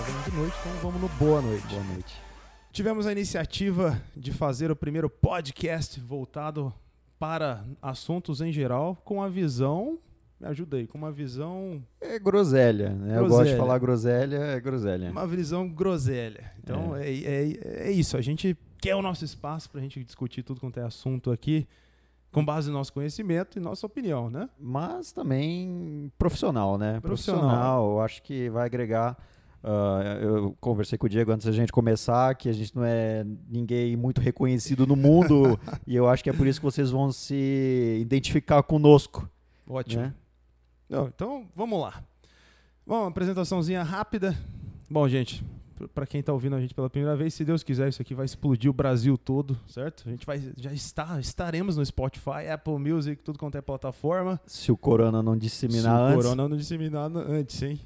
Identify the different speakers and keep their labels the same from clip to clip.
Speaker 1: Então vamos no boa noite.
Speaker 2: Boa noite.
Speaker 1: Tivemos a iniciativa de fazer o primeiro podcast voltado para assuntos em geral com a visão. Me ajudei, com uma visão.
Speaker 2: É groselha, né? Eu gosto
Speaker 1: Groselha.
Speaker 2: de falar groselha, é groselha.
Speaker 1: Uma visão groselha. Então é, é- é isso. A gente quer o nosso espaço para a gente discutir tudo quanto é assunto aqui, com base no nosso conhecimento e nossa opinião, né?
Speaker 2: Mas também profissional, né?
Speaker 1: Profissional.
Speaker 2: eu acho que vai agregar. ah, eu conversei com o Diego antes da gente começar, que a gente não é ninguém muito reconhecido no mundo, e eu acho que é por isso que vocês vão se identificar conosco.
Speaker 1: Ótimo.
Speaker 2: Né?
Speaker 1: Não, então, vamos lá. Bom, apresentaçãozinha rápida. Bom, gente, pr- pra quem tá ouvindo a gente pela primeira vez, se Deus quiser, isso aqui vai explodir o Brasil todo, certo? A gente vai já está, estaremos no Spotify, Apple Music, tudo quanto é plataforma.
Speaker 2: Se o Corona não disseminar
Speaker 1: Se o
Speaker 2: antes.
Speaker 1: Corona não disseminar na- antes, hein?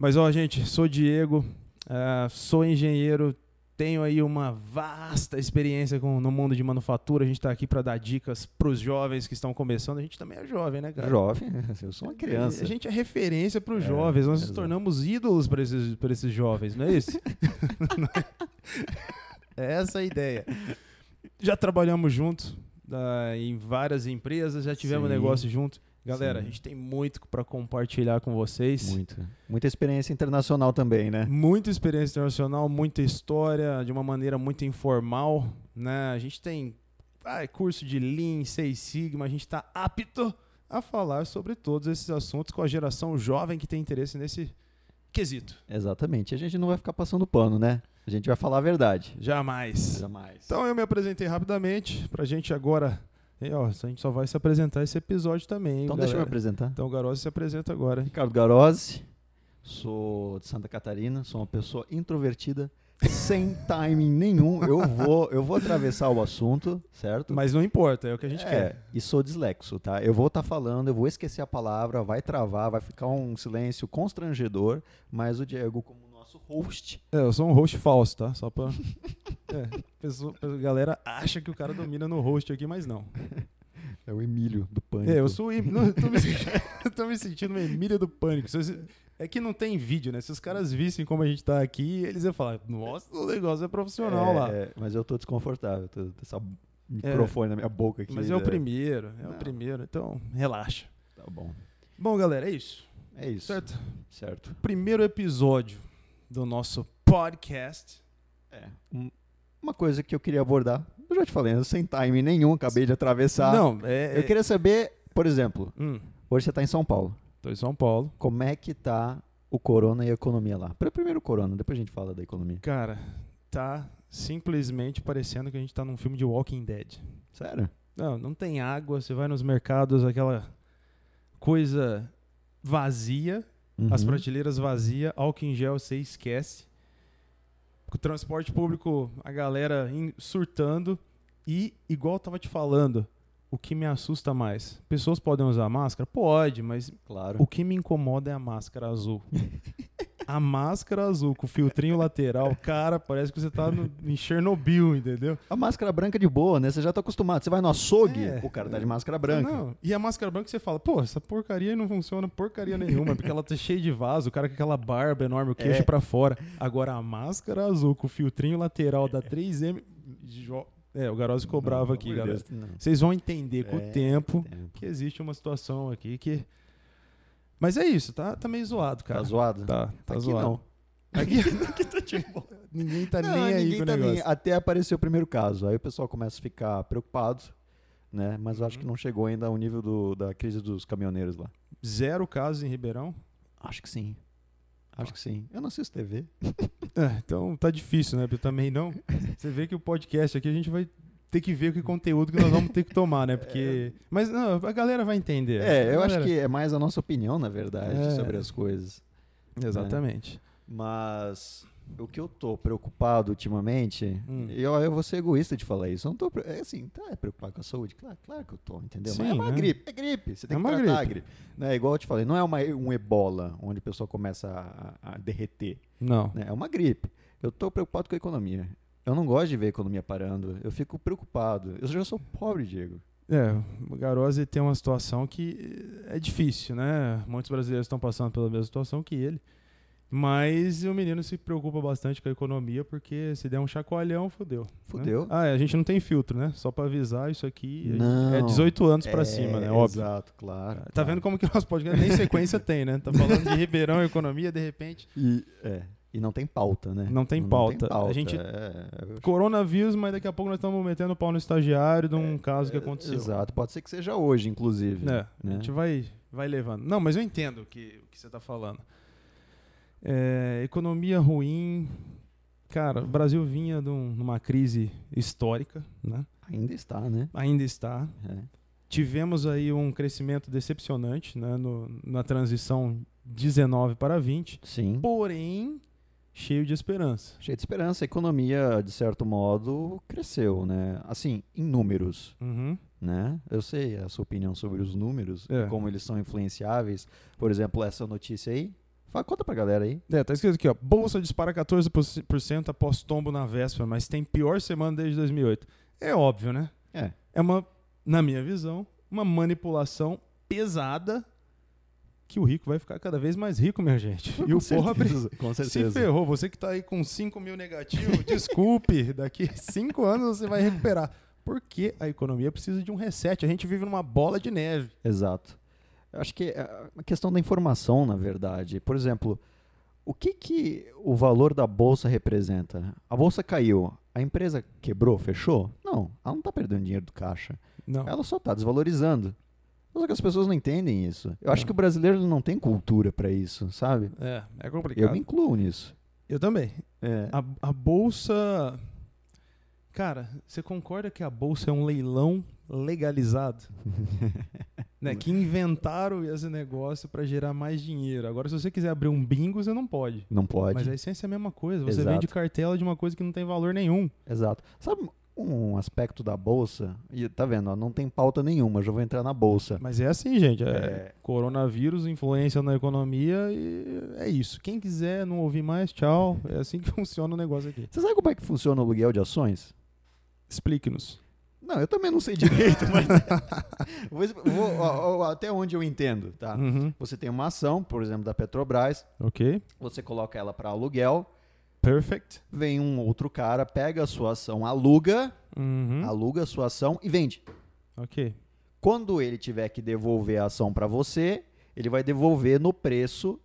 Speaker 1: Mas, ó, gente, sou Diego, ah, sou engenheiro, tenho aí uma vasta experiência com, no mundo de manufatura. A gente tá aqui pra dar dicas pros jovens que estão começando. A gente também é jovem, né, cara?
Speaker 2: Jovem, eu sou uma
Speaker 1: A
Speaker 2: criança.
Speaker 1: gente é referência para os
Speaker 2: É,
Speaker 1: jovens, nós nos
Speaker 2: exato.
Speaker 1: tornamos ídolos para esses, pra esses jovens, não é isso? é essa a ideia. Já trabalhamos juntos ah, em várias empresas, já tivemos
Speaker 2: Sim.
Speaker 1: negócio junto. Galera,
Speaker 2: Sim.
Speaker 1: a gente tem muito para compartilhar com vocês.
Speaker 2: Muito. Muita experiência internacional também, né?
Speaker 1: Muita experiência internacional, muita história, de uma maneira muito informal, né? A gente tem ah, curso de Lean, Seis Sigma, a gente está apto a falar sobre todos esses assuntos com a geração jovem que tem interesse nesse quesito.
Speaker 2: Exatamente. A gente não vai ficar passando pano, né? A gente vai falar a verdade.
Speaker 1: Jamais.
Speaker 2: Jamais.
Speaker 1: Então eu me apresentei rapidamente pra gente agora. E, ó, a gente só vai se apresentar esse episódio também. hein,
Speaker 2: Então deixa eu me
Speaker 1: galera?
Speaker 2: apresentar.
Speaker 1: Então o Garozzi se apresenta agora. hein?
Speaker 2: Ricardo Garozzi, sou de Santa Catarina, sou uma pessoa introvertida, sem timing nenhum. Eu vou, eu vou atravessar o assunto, certo?
Speaker 1: Mas não importa, é o que a gente
Speaker 2: É,
Speaker 1: quer.
Speaker 2: E sou dislexo, tá? Eu vou estar falando, eu vou esquecer a palavra, vai travar, vai ficar um silêncio constrangedor, mas o Diego, como nosso host,
Speaker 1: É, eu sou um host falso, tá? Só pra. É, pessoa, a galera acha que o cara domina no host aqui, mas não.
Speaker 2: é o Emílio do Pânico.
Speaker 1: É, eu sou. o Em- não, eu tô, me sentindo, eu tô me sentindo uma Emília do Pânico. Se você- É que não tem vídeo, né? Se os caras vissem como a gente tá aqui, eles iam falar: Nossa, o negócio é profissional
Speaker 2: É,
Speaker 1: lá. É.
Speaker 2: é, mas eu tô desconfortável, tô, tô essa microfone na minha boca aqui.
Speaker 1: mas é o
Speaker 2: né?
Speaker 1: primeiro, é o
Speaker 2: Não.
Speaker 1: primeiro, então relaxa.
Speaker 2: Tá bom.
Speaker 1: Bom, galera, é isso.
Speaker 2: É isso.
Speaker 1: Certo?
Speaker 2: Certo.
Speaker 1: Primeiro episódio do nosso podcast.
Speaker 2: É. um- Uma coisa que eu queria abordar, eu já te falei, eu sem time nenhum, acabei de atravessar.
Speaker 1: Não, é.
Speaker 2: Tá. Eu queria saber, por exemplo,
Speaker 1: Hum,
Speaker 2: hoje você está em São Paulo.
Speaker 1: tô em São Paulo.
Speaker 2: Como é que tá o corona e a economia lá? Pr- Primeiro o corona, depois a gente fala da economia.
Speaker 1: Cara, tá simplesmente parecendo que a gente tá num filme de Walking Dead.
Speaker 2: Sério?
Speaker 1: Não, não tem água, você vai nos mercados, aquela coisa vazia, as
Speaker 2: Uhum.
Speaker 1: prateleiras vazias, álcool em gel você esquece. O transporte público, a galera in- surtando. E, igual eu tava te falando, o que me assusta mais? Pessoas podem usar máscara? Pode, mas
Speaker 2: Claro.
Speaker 1: o que me incomoda é a máscara azul. A máscara azul com o filtrinho lateral, cara, parece que você tá no, em Chernobyl, entendeu?
Speaker 2: A máscara branca de boa, né? Você já tá acostumado. Você vai no açougue,
Speaker 1: É.
Speaker 2: o cara tá de máscara branca.
Speaker 1: Não, e a máscara branca você fala, pô, essa porcaria não funciona porcaria nenhuma, porque ela tá cheia de vaso, o cara com aquela barba enorme, o queixo
Speaker 2: É.
Speaker 1: pra fora. Agora, a máscara azul com o filtrinho lateral da 3M... jo- É, o Garozzi ficou bravo aqui,
Speaker 2: pelo amor
Speaker 1: galera.
Speaker 2: de Deus, não.
Speaker 1: Vocês vão entender
Speaker 2: É,
Speaker 1: com o tempo
Speaker 2: Tempo.
Speaker 1: que existe uma situação aqui que... Mas é isso, tá, tá meio zoado, cara.
Speaker 2: Tá zoado?
Speaker 1: Tá, tá
Speaker 2: Aqui
Speaker 1: zoado.
Speaker 2: não.
Speaker 1: Aqui,
Speaker 2: tá
Speaker 1: Ninguém tá
Speaker 2: Não,
Speaker 1: nem aí
Speaker 2: ninguém
Speaker 1: com o
Speaker 2: tá nem-
Speaker 1: negócio.
Speaker 2: Até aparecer o primeiro caso. Aí o pessoal começa a ficar preocupado, né? Mas eu acho que não chegou ainda ao nível do- da crise dos caminhoneiros lá.
Speaker 1: Zero casos em Ribeirão.
Speaker 2: Acho que sim. Acho que sim. Eu não assisto TV.
Speaker 1: É, então tá difícil, né? Porque também não. Você vê que o podcast aqui a gente vai ter que ver que conteúdo que nós vamos ter que tomar, né? Porque. Mas não, a galera vai entender.
Speaker 2: É, eu
Speaker 1: A
Speaker 2: acho
Speaker 1: galera-
Speaker 2: que é mais a nossa opinião, na verdade,
Speaker 1: É.
Speaker 2: sobre as coisas.
Speaker 1: Exatamente.
Speaker 2: Mas o que eu tô preocupado ultimamente,
Speaker 1: Hum.
Speaker 2: eu, eu vou ser egoísta de falar isso. Eu não tô, pre- é assim, tá, é preocupado com a saúde? Claro, claro que eu tô, entendeu? Mas é
Speaker 1: Sim,
Speaker 2: uma
Speaker 1: né?
Speaker 2: gripe, é gripe. Você tem
Speaker 1: É
Speaker 2: que
Speaker 1: uma
Speaker 2: tratar a gripe. Né? Igual eu te falei, não é uma, um ebola onde a pessoa começa a, a derreter.
Speaker 1: Não.
Speaker 2: né? É uma gripe. Eu tô preocupado com a economia. Eu não gosto de ver a economia parando. Eu fico preocupado. Eu já sou pobre, Diego.
Speaker 1: É, o Garose tem uma situação que é difícil, né? Muitos brasileiros estão passando pela mesma situação que ele. Mas o menino se preocupa bastante com a economia, porque se der um chacoalhão, fudeu. né?
Speaker 2: Fudeu.
Speaker 1: Ah, é, a gente não tem filtro, né? Só pra avisar, isso aqui
Speaker 2: Não.
Speaker 1: é 18 anos pra cima, né? Óbvio.
Speaker 2: Exato, claro.
Speaker 1: Tá vendo como que o nosso podcast nem sequência tem, né? Tá falando de Ribeirão, economia, de repente.
Speaker 2: E, é, e não tem pauta, né?
Speaker 1: Não tem pauta. A gente-
Speaker 2: é,
Speaker 1: Coronavírus, mas daqui a pouco nós estamos metendo pau no estagiário de um caso que aconteceu.
Speaker 2: Exato, pode ser que seja hoje, inclusive.
Speaker 1: É,
Speaker 2: né?
Speaker 1: a gente vai, vai levando. Não, mas eu entendo o que, o que você tá falando. É, economia ruim. Cara, o Brasil vinha de um- numa crise histórica, né?
Speaker 2: Ainda está, né?
Speaker 1: Ainda está.
Speaker 2: É.
Speaker 1: Tivemos aí um crescimento decepcionante né, no- na transição 19 para 20,
Speaker 2: Sim.
Speaker 1: porém cheio de esperança.
Speaker 2: Cheio de esperança, a economia, de certo modo, cresceu, né? Assim, em números,
Speaker 1: Uhum.
Speaker 2: né? Eu sei a sua opinião sobre os números,
Speaker 1: É.
Speaker 2: e como eles são influenciáveis. Por exemplo, essa notícia aí. Fala, conta pra galera aí.
Speaker 1: É, tá escrito aqui, ó. Bolsa dispara 14% após tombo na véspera, mas tem pior semana desde 2008. É óbvio, né?
Speaker 2: É.
Speaker 1: É uma, na minha visão, uma manipulação pesada que o rico vai ficar cada vez mais rico, minha gente. E o porra abriu.
Speaker 2: Com
Speaker 1: Se
Speaker 2: certeza.
Speaker 1: ferrou, você que tá aí com 5 mil negativo, desculpe, daqui 5 anos você vai recuperar. Porque a economia precisa de um reset, a gente vive numa bola de neve.
Speaker 2: Exato. Eu Acho que é uma questão da informação, na verdade. Por exemplo, o que, que o valor da bolsa representa? A bolsa caiu, a empresa quebrou, fechou? Não, ela não está perdendo dinheiro do caixa.
Speaker 1: Não.
Speaker 2: Ela só está desvalorizando. Só que as pessoas não entendem isso. Eu acho
Speaker 1: É.
Speaker 2: que o brasileiro ele não tem cultura para isso, sabe?
Speaker 1: É, é
Speaker 2: Eu
Speaker 1: complicado.
Speaker 2: me incluo nisso.
Speaker 1: eu também.
Speaker 2: É.
Speaker 1: A, a bolsa. Cara, você concorda que a bolsa é um leilão legalizado? né? Que inventaram esse negócio pra gerar mais dinheiro. Agora, se você quiser abrir um bingo, você não pode.
Speaker 2: Não pode.
Speaker 1: Mas a essência é a mesma coisa. Você
Speaker 2: Exato.
Speaker 1: vende cartela de uma coisa que não tem valor nenhum.
Speaker 2: Exato. Sabe um aspecto da bolsa? E tá vendo, ó, não tem pauta nenhuma, já vou entrar na bolsa.
Speaker 1: Mas é assim, gente. É
Speaker 2: É.
Speaker 1: Coronavírus, influência na economia e é isso. Quem quiser não ouvir mais, tchau. É assim que funciona o negócio aqui.
Speaker 2: Você sabe como é que funciona o aluguel de ações?
Speaker 1: Explique-nos.
Speaker 2: Não, eu também não sei direito, mas. vou, exp- vou- ó, ó, até onde eu entendo, tá?
Speaker 1: Uhum.
Speaker 2: Você tem uma ação, por exemplo, da Petrobras,
Speaker 1: Ok.
Speaker 2: você coloca ela para aluguel,
Speaker 1: Perfect.
Speaker 2: vem um outro cara, pega a sua ação, aluga,
Speaker 1: Uhum.
Speaker 2: aluga a sua ação e vende.
Speaker 1: Ok.
Speaker 2: Quando ele tiver que devolver a ação para você, ele vai devolver no preço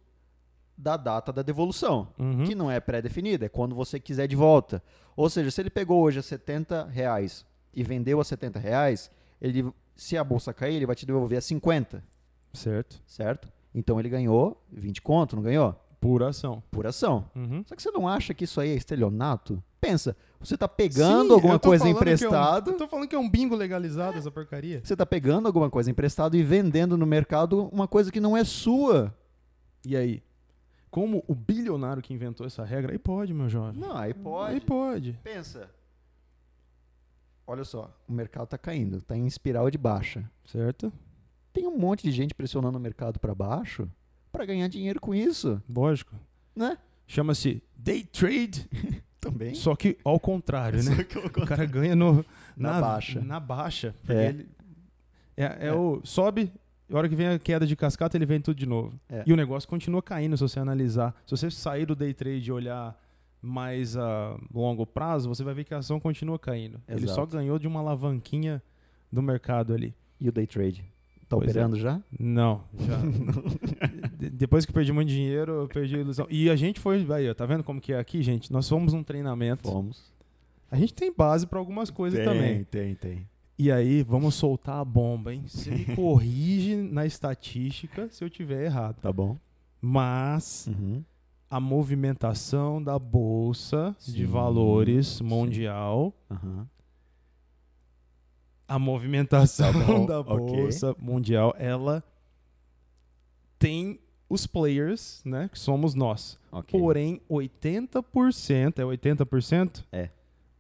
Speaker 2: da data da devolução,
Speaker 1: Uhum.
Speaker 2: que não é pré-definida, é quando você quiser de volta. Ou seja, se ele pegou hoje a 70 reais e vendeu a 70 reais, ele, se a bolsa cair, ele vai te devolver a 50,
Speaker 1: Certo.
Speaker 2: certo? Então ele ganhou 20 conto, não ganhou?
Speaker 1: Por ação.
Speaker 2: Por ação.
Speaker 1: Uhum.
Speaker 2: Só que você não acha que isso aí é estelionato? Pensa, você está pegando
Speaker 1: Sim,
Speaker 2: alguma
Speaker 1: eu tô
Speaker 2: coisa
Speaker 1: falando que é um-
Speaker 2: emprestado.
Speaker 1: eu tô falando que é um bingo legalizado essa porcaria.
Speaker 2: Você está pegando alguma coisa emprestado e vendendo no mercado uma coisa que não é sua.
Speaker 1: E aí? Como o bilionário que inventou essa regra, aí pode, meu jovem.
Speaker 2: Não, aí
Speaker 1: Aí
Speaker 2: pode.
Speaker 1: pode.
Speaker 2: Pensa. Olha só, o mercado está caindo, está em espiral de baixa.
Speaker 1: Certo?
Speaker 2: Tem um monte de gente pressionando o mercado para baixo para ganhar dinheiro com isso,
Speaker 1: Lógico.
Speaker 2: né?
Speaker 1: Chama-se day trade,
Speaker 2: Também.
Speaker 1: só que ao contrário, né? O cara ganha no,
Speaker 2: Na baixa.
Speaker 1: Na baixa. porque
Speaker 2: É.
Speaker 1: ele- é, é
Speaker 2: É.
Speaker 1: o sobe, a hora que vem a queda de cascata, ele vem tudo de novo.
Speaker 2: É.
Speaker 1: E o negócio continua caindo se você analisar. Se você sair do day trade e olhar mais a longo prazo, você vai ver que a ação continua caindo. Ele
Speaker 2: Exato.
Speaker 1: só ganhou de uma alavanquinha do mercado ali.
Speaker 2: E o day trade? Tá
Speaker 1: Pois é.
Speaker 2: operando já?
Speaker 1: Não, já. De- depois que eu perdi muito dinheiro, eu perdi a ilusão. E a gente foi. Aí, ó, tá vendo como que é aqui, gente? Nós fomos num treinamento.
Speaker 2: Vamos.
Speaker 1: A gente tem base pra algumas coisas também.
Speaker 2: é, tem, tem.
Speaker 1: E aí, vamos soltar a bomba, hein? Você me corrige na estatística se eu tiver errado.
Speaker 2: Tá bom.
Speaker 1: Mas
Speaker 2: Uhum.
Speaker 1: a movimentação da bolsa
Speaker 2: Sim,
Speaker 1: de valores
Speaker 2: sim.
Speaker 1: mundial,
Speaker 2: Aham.
Speaker 1: a movimentação
Speaker 2: Tá bom,
Speaker 1: da
Speaker 2: ok.
Speaker 1: bolsa mundial, ela tem os players, né, que somos nós.
Speaker 2: Ok.
Speaker 1: Porém, 80%, é 80%?
Speaker 2: É.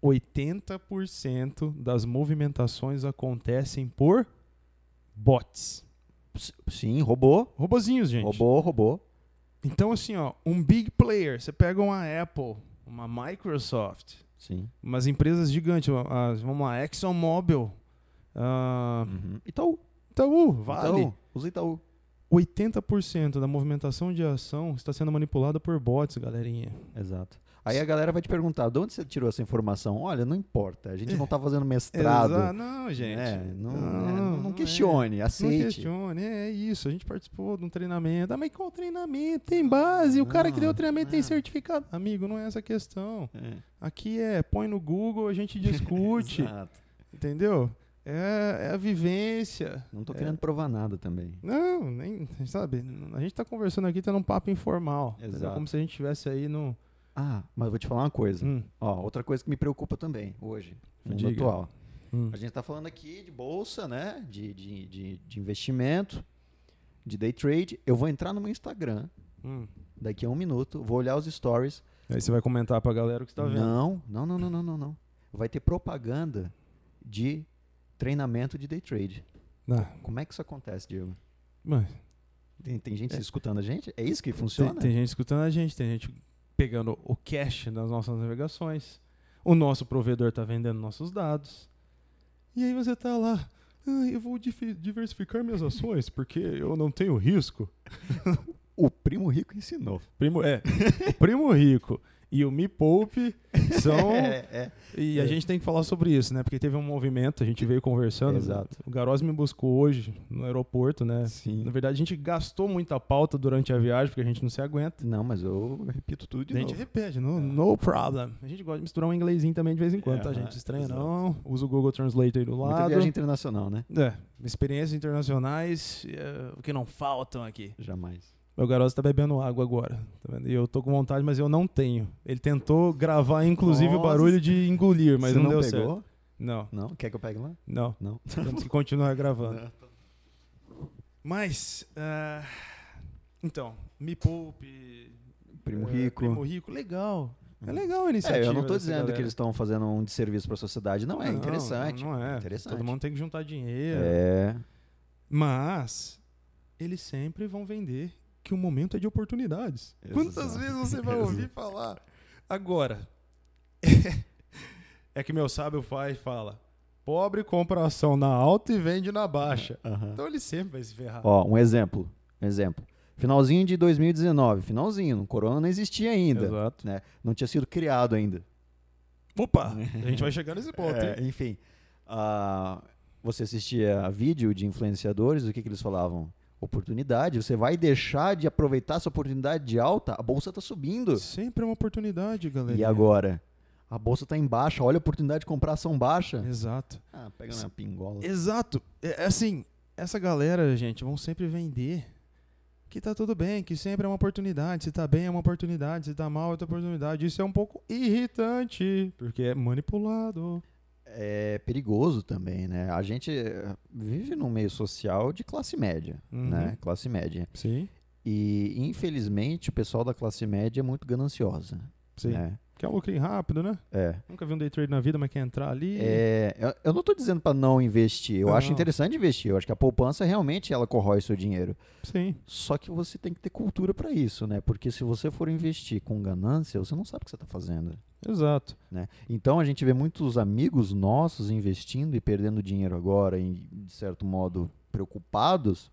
Speaker 1: 80% das movimentações acontecem por bots.
Speaker 2: S- Sim, robô.
Speaker 1: Robozinhos, gente.
Speaker 2: Robô, robô.
Speaker 1: Então, assim, ó, um big player, você pega uma Apple, uma Microsoft,
Speaker 2: Sim.
Speaker 1: umas empresas gigantes, ó, as- vamos lá, ExxonMobil, ah,
Speaker 2: Uhum. Itaú.
Speaker 1: Itaú, Vale.
Speaker 2: Itaú. Usa Itaú.
Speaker 1: 80% da movimentação de ação está sendo manipulada por bots, galerinha.
Speaker 2: Exato. Aí a galera vai te perguntar, de onde você tirou essa informação? Olha, não importa, a gente não está fazendo mestrado.
Speaker 1: Exa- Não, gente.
Speaker 2: né? não,
Speaker 1: Não,
Speaker 2: é, não- não
Speaker 1: é.
Speaker 2: questione,
Speaker 1: Não
Speaker 2: aceite.
Speaker 1: questione, é isso. A gente participou de um treinamento. Ah, mas qual treinamento? Tem base, o cara que deu o
Speaker 2: Não,
Speaker 1: treinamento tem
Speaker 2: não.
Speaker 1: certificado. Amigo, não é essa a questão.
Speaker 2: É.
Speaker 1: Aqui é põe no Google, a gente discute,
Speaker 2: Exato.
Speaker 1: entendeu? É, é a vivência.
Speaker 2: Não estou
Speaker 1: É.
Speaker 2: querendo provar nada também.
Speaker 1: Não, nem, sabe? A gente tá conversando aqui, tá num papo informal. É
Speaker 2: Exato.
Speaker 1: Como se a gente estivesse aí no.
Speaker 2: Ah, mas vou te falar uma coisa.
Speaker 1: Hum,
Speaker 2: Ó, outra coisa que me preocupa também hoje, mundo
Speaker 1: Diga.
Speaker 2: atual.
Speaker 1: hum.
Speaker 2: A gente está falando aqui de bolsa, né? De, de, de, de investimento, de day trade. Eu vou entrar no meu Instagram
Speaker 1: Hum.
Speaker 2: daqui a um minuto, vou olhar os stories.
Speaker 1: Aí você vai comentar pra galera o que você tá vendo.
Speaker 2: não, não, não, não, não, não, não. Vai ter propaganda de treinamento de day trade.
Speaker 1: Não,
Speaker 2: Como é que isso acontece, Diego?
Speaker 1: mas
Speaker 2: Tem, tem gente
Speaker 1: É.
Speaker 2: escutando a gente? É isso que
Speaker 1: tem,
Speaker 2: funciona?
Speaker 1: tem gente escutando a gente, tem gente pegando o cache das nossas navegações. O nosso provedor tá vendendo nossos dados. E aí você tá lá. "Ah, eu vou difi- diversificar minhas ações porque eu não tenho risco.
Speaker 2: O primo rico ensinou.
Speaker 1: Primo, é, o Primo Rico e o Me Poupe são.
Speaker 2: É, é.
Speaker 1: E a
Speaker 2: É.
Speaker 1: gente tem que falar sobre isso, né? Porque teve um movimento, a gente veio conversando.
Speaker 2: Exato.
Speaker 1: O Garoz me buscou hoje no aeroporto, né?
Speaker 2: Sim.
Speaker 1: Na verdade, a gente gastou muita pauta durante a viagem, porque a gente não se aguenta.
Speaker 2: Não, mas eu repito tudo de
Speaker 1: a gente
Speaker 2: novo. É.
Speaker 1: repete, no, no problem. A gente gosta de misturar um inglesinho também de vez em quando, tá,
Speaker 2: Aham,
Speaker 1: gente? Estranho
Speaker 2: É, exato.
Speaker 1: não. Usa o Google Translate aí do
Speaker 2: Muita
Speaker 1: lado.
Speaker 2: viagem internacional, né?
Speaker 1: É, experiências internacionais, é, o que não faltam aqui.
Speaker 2: Jamais.
Speaker 1: Meu garoto tá bebendo água agora, tá vendo? E eu tô com vontade, mas eu não tenho. Ele tentou gravar, inclusive, o
Speaker 2: Nossa.
Speaker 1: barulho de engolir, mas
Speaker 2: Você
Speaker 1: não, deu certo.
Speaker 2: pegou?
Speaker 1: Não,
Speaker 2: Não? Quer que eu pegue lá? É,
Speaker 1: não.
Speaker 2: Não.
Speaker 1: Temos que continuar gravando. Mas, ah, então, Me Poupe...
Speaker 2: Primo
Speaker 1: é,
Speaker 2: rico.
Speaker 1: Primo Rico, legal. É
Speaker 2: Hum.
Speaker 1: legal a iniciativa.
Speaker 2: É, eu não tô
Speaker 1: dessa
Speaker 2: dizendo
Speaker 1: galera.
Speaker 2: que eles estão fazendo um desserviço para a sociedade, não, é
Speaker 1: Não,
Speaker 2: interessante.
Speaker 1: Não é.
Speaker 2: Interessante.
Speaker 1: Todo mundo tem que juntar dinheiro.
Speaker 2: É.
Speaker 1: Mas eles sempre vão vender que o momento é de oportunidades.
Speaker 2: Exato.
Speaker 1: Quantas vezes você vai ouvir falar? Agora, é que meu sábio pai fala: pobre compra ação na alta e vende na baixa.
Speaker 2: Aham.
Speaker 1: Então ele sempre vai se ferrar.
Speaker 2: É. Ó, um exemplo. Um exemplo. Finalzinho de 2019, finalzinho, o corona não existia ainda,
Speaker 1: Exato.
Speaker 2: né? Não tinha sido criado ainda.
Speaker 1: Opa, a gente vai chegar nesse ponto, hein?
Speaker 2: É, enfim, ah, você assistia a vídeo de influenciadores, o que, que eles falavam? Oportunidade, você vai deixar de aproveitar essa oportunidade de alta, a bolsa está subindo.
Speaker 1: Sempre é uma oportunidade, galera.
Speaker 2: E agora? A bolsa está em baixa, olha a oportunidade de comprar ação
Speaker 1: É.
Speaker 2: baixa.
Speaker 1: Exato.
Speaker 2: Ah, pega na pingola.
Speaker 1: Exato. É é assim, essa galera, gente, vão sempre vender que tá tudo bem, que sempre é uma oportunidade. Se tá bem é uma oportunidade, se tá mal é outra oportunidade. Isso é um pouco irritante, porque é manipulado.
Speaker 2: É perigoso também, né? A gente eh, vive num meio social de classe média,
Speaker 1: Uhum.
Speaker 2: né? Classe média.
Speaker 1: Sim,
Speaker 2: E, infelizmente, o pessoal da classe média é muito gananciosa,
Speaker 1: sim.
Speaker 2: né?
Speaker 1: Que é um lucrinho rápido, né?
Speaker 2: É.
Speaker 1: Nunca vi um day trade na vida, mas quer entrar ali.
Speaker 2: É, eu, eu não estou dizendo para não investir. Eu
Speaker 1: Não.
Speaker 2: acho interessante investir. Eu acho que a poupança realmente ela corrói seu dinheiro.
Speaker 1: Sim.
Speaker 2: Só que você tem que ter cultura para isso, né? Porque se você for investir com ganância, você não sabe o que você está fazendo.
Speaker 1: Exato.
Speaker 2: né? Então a gente vê muitos amigos nossos investindo e perdendo dinheiro agora, e, de certo modo preocupados,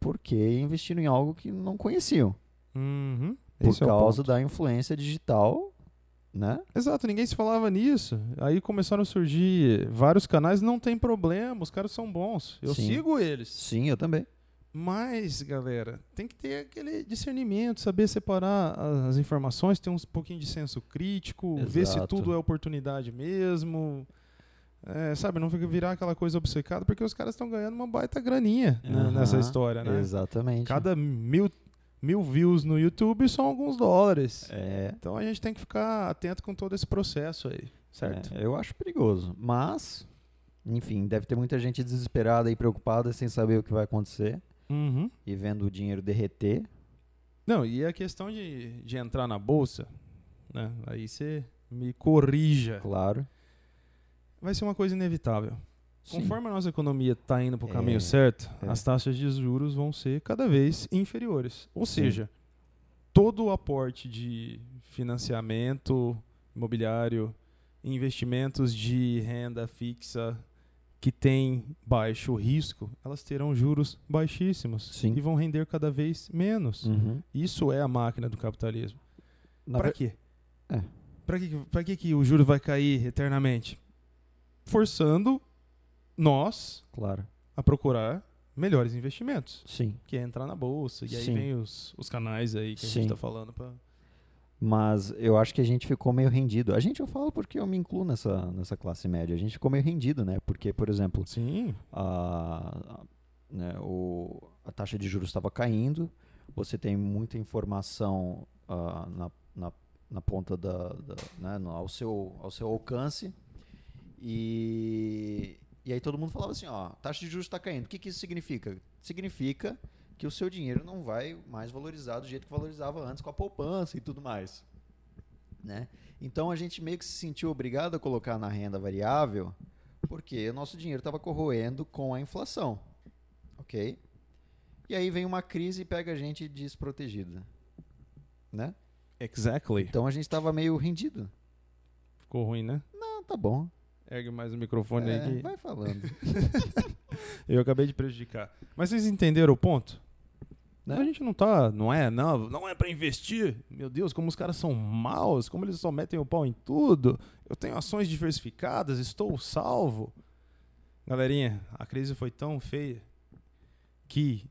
Speaker 2: porque investiram em algo que não conheciam
Speaker 1: Uhum.
Speaker 2: por
Speaker 1: Esse é o
Speaker 2: causa
Speaker 1: ponto.
Speaker 2: da influência digital, né?
Speaker 1: Exato, ninguém se falava nisso. Aí começaram a surgir vários canais, não tem problema, os caras são bons. Eu
Speaker 2: Sim.
Speaker 1: sigo eles.
Speaker 2: Sim, eu também.
Speaker 1: Mas, galera, tem que ter aquele discernimento, saber separar a- as informações, ter um pouquinho de senso crítico, ver se
Speaker 2: Exato.
Speaker 1: tudo é oportunidade mesmo. É, sabe, não fica- virar aquela coisa obcecada, porque os caras estão ganhando uma baita graninha né,
Speaker 2: Aham,
Speaker 1: nessa história, né?
Speaker 2: Exatamente.
Speaker 1: Cada mil, mil views no YouTube são alguns dólares.
Speaker 2: É,
Speaker 1: Então a gente tem que ficar atento com todo esse processo aí, certo?
Speaker 2: é, eu acho perigoso, mas enfim, deve ter muita gente desesperada e preocupada sem saber o que vai acontecer
Speaker 1: Uhum.
Speaker 2: e vendo o dinheiro derreter.
Speaker 1: Não, e a questão de, de entrar na bolsa, né? Aí você me corrija.
Speaker 2: Claro.
Speaker 1: vai ser uma coisa inevitável.
Speaker 2: Sim.
Speaker 1: Conforme a nossa economia está indo para o caminho
Speaker 2: É,
Speaker 1: certo,
Speaker 2: é.
Speaker 1: as taxas de juros vão ser cada vez inferiores. Ou
Speaker 2: Sim.
Speaker 1: seja, todo o aporte de financiamento imobiliário, investimentos de renda fixa, que têm baixo risco, elas terão juros baixíssimos
Speaker 2: Sim.
Speaker 1: e vão render cada vez menos.
Speaker 2: Uhum.
Speaker 1: Isso é a máquina do capitalismo.
Speaker 2: Na
Speaker 1: Para
Speaker 2: ver-
Speaker 1: quê?
Speaker 2: É.
Speaker 1: Para que, pra que, que o juro vai cair eternamente? Forçando nós
Speaker 2: Claro.
Speaker 1: a procurar melhores investimentos,
Speaker 2: Sim.
Speaker 1: que é entrar na bolsa. E aí
Speaker 2: Sim.
Speaker 1: vem os, os canais aí que a gente
Speaker 2: Sim.
Speaker 1: está falando. Pra...
Speaker 2: Mas eu acho que a gente ficou meio rendido. A gente eu falo porque eu me incluo nessa, nessa classe média. A gente ficou meio rendido, né? Porque, por exemplo,
Speaker 1: Sim.
Speaker 2: a, a- né, o, a taxa de juros estava caindo, você tem muita informação ah, na, na, na ponta da, da- né, no- ao, seu, ao seu alcance e, e aí todo mundo falava assim, ó, taxa de juros está caindo, o que, que isso significa? Significa que o seu dinheiro não vai mais valorizar do jeito que valorizava antes com a poupança e tudo mais, né? Então a gente meio que se sentiu obrigado a colocar na renda variável porque o nosso dinheiro estava corroendo com a inflação. Ok? E aí vem uma crise e pega a gente desprotegida. Né?
Speaker 1: Exactly.
Speaker 2: Então a gente estava meio rendido.
Speaker 1: Ficou ruim, né?
Speaker 2: Ah, tá bom.
Speaker 1: Ergue mais o microfone
Speaker 2: É,
Speaker 1: aí que
Speaker 2: Vai falando.
Speaker 1: eu acabei de prejudicar. Mas vocês entenderam o ponto?
Speaker 2: Né?
Speaker 1: A gente não tá, não é, não, não é pra investir. Meu Deus, como os caras são maus, como eles só metem o pau em tudo. Eu tenho ações diversificadas, estou salvo. Galerinha, a crise foi tão feia que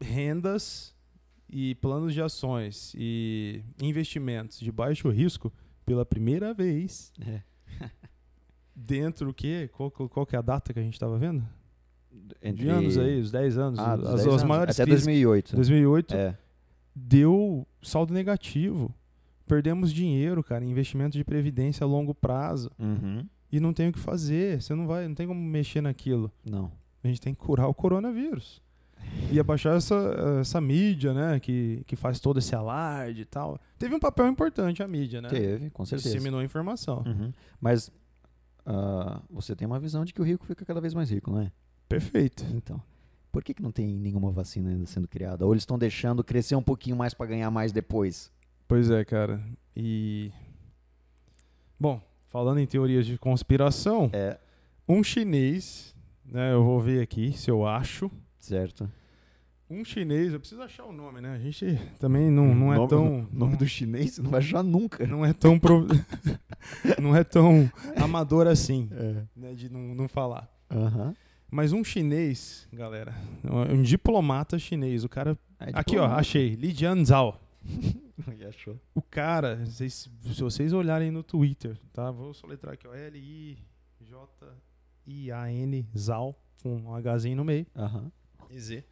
Speaker 1: rendas e planos de ações e investimentos de baixo risco pela primeira vez
Speaker 2: É.
Speaker 1: dentro o quê? Qual, qual, qual que é a data que a gente estava vendo?
Speaker 2: Entre...
Speaker 1: De anos aí, os 10 anos,
Speaker 2: Ah,
Speaker 1: as,
Speaker 2: dos
Speaker 1: as
Speaker 2: 10 anos.
Speaker 1: maiores
Speaker 2: Até
Speaker 1: crises.
Speaker 2: 2008.
Speaker 1: 2008
Speaker 2: É.
Speaker 1: deu saldo negativo. Perdemos dinheiro, cara, em investimento de previdência a longo prazo
Speaker 2: Uhum.
Speaker 1: e não tem o que fazer, você não vai, não tem como mexer naquilo.
Speaker 2: Não.
Speaker 1: A gente tem que curar o coronavírus. E abaixar essa, essa mídia, né, que, que faz todo esse alarde e tal. Teve um papel importante a mídia, né?
Speaker 2: Teve, com certeza.
Speaker 1: Disseminou a informação.
Speaker 2: Uhum. Mas ah, você tem uma visão de que o rico fica cada vez mais rico, não é?
Speaker 1: Perfeito.
Speaker 2: Então, por que, que não tem nenhuma vacina ainda sendo criada? Ou eles estão deixando crescer um pouquinho mais para ganhar mais depois?
Speaker 1: Pois é, cara. E. Bom, falando em teorias de conspiração,
Speaker 2: É,
Speaker 1: um chinês, né? Eu vou ver aqui se eu acho.
Speaker 2: certo.
Speaker 1: Um chinês, eu preciso achar o nome, né? A gente também não, não é
Speaker 2: Nome-
Speaker 1: tão.
Speaker 2: Nome do chinês você não vai achar nunca.
Speaker 1: Não é tão. pro- não é tão amador assim,
Speaker 2: É.
Speaker 1: né? De não, não falar.
Speaker 2: Aham.
Speaker 1: Mas um chinês, galera, um diplomata chinês, o cara.
Speaker 2: Aí de
Speaker 1: Aqui, ó,
Speaker 2: boa, né?
Speaker 1: achei. Li Jianzhao.
Speaker 2: E achou.
Speaker 1: O cara, vocês- se vocês olharem no Twitter, tá? Vou soletrar aqui, ó. L-I-J-I-A-N, Zhao, com um Hzinho no meio.
Speaker 2: Aham.
Speaker 1: Z.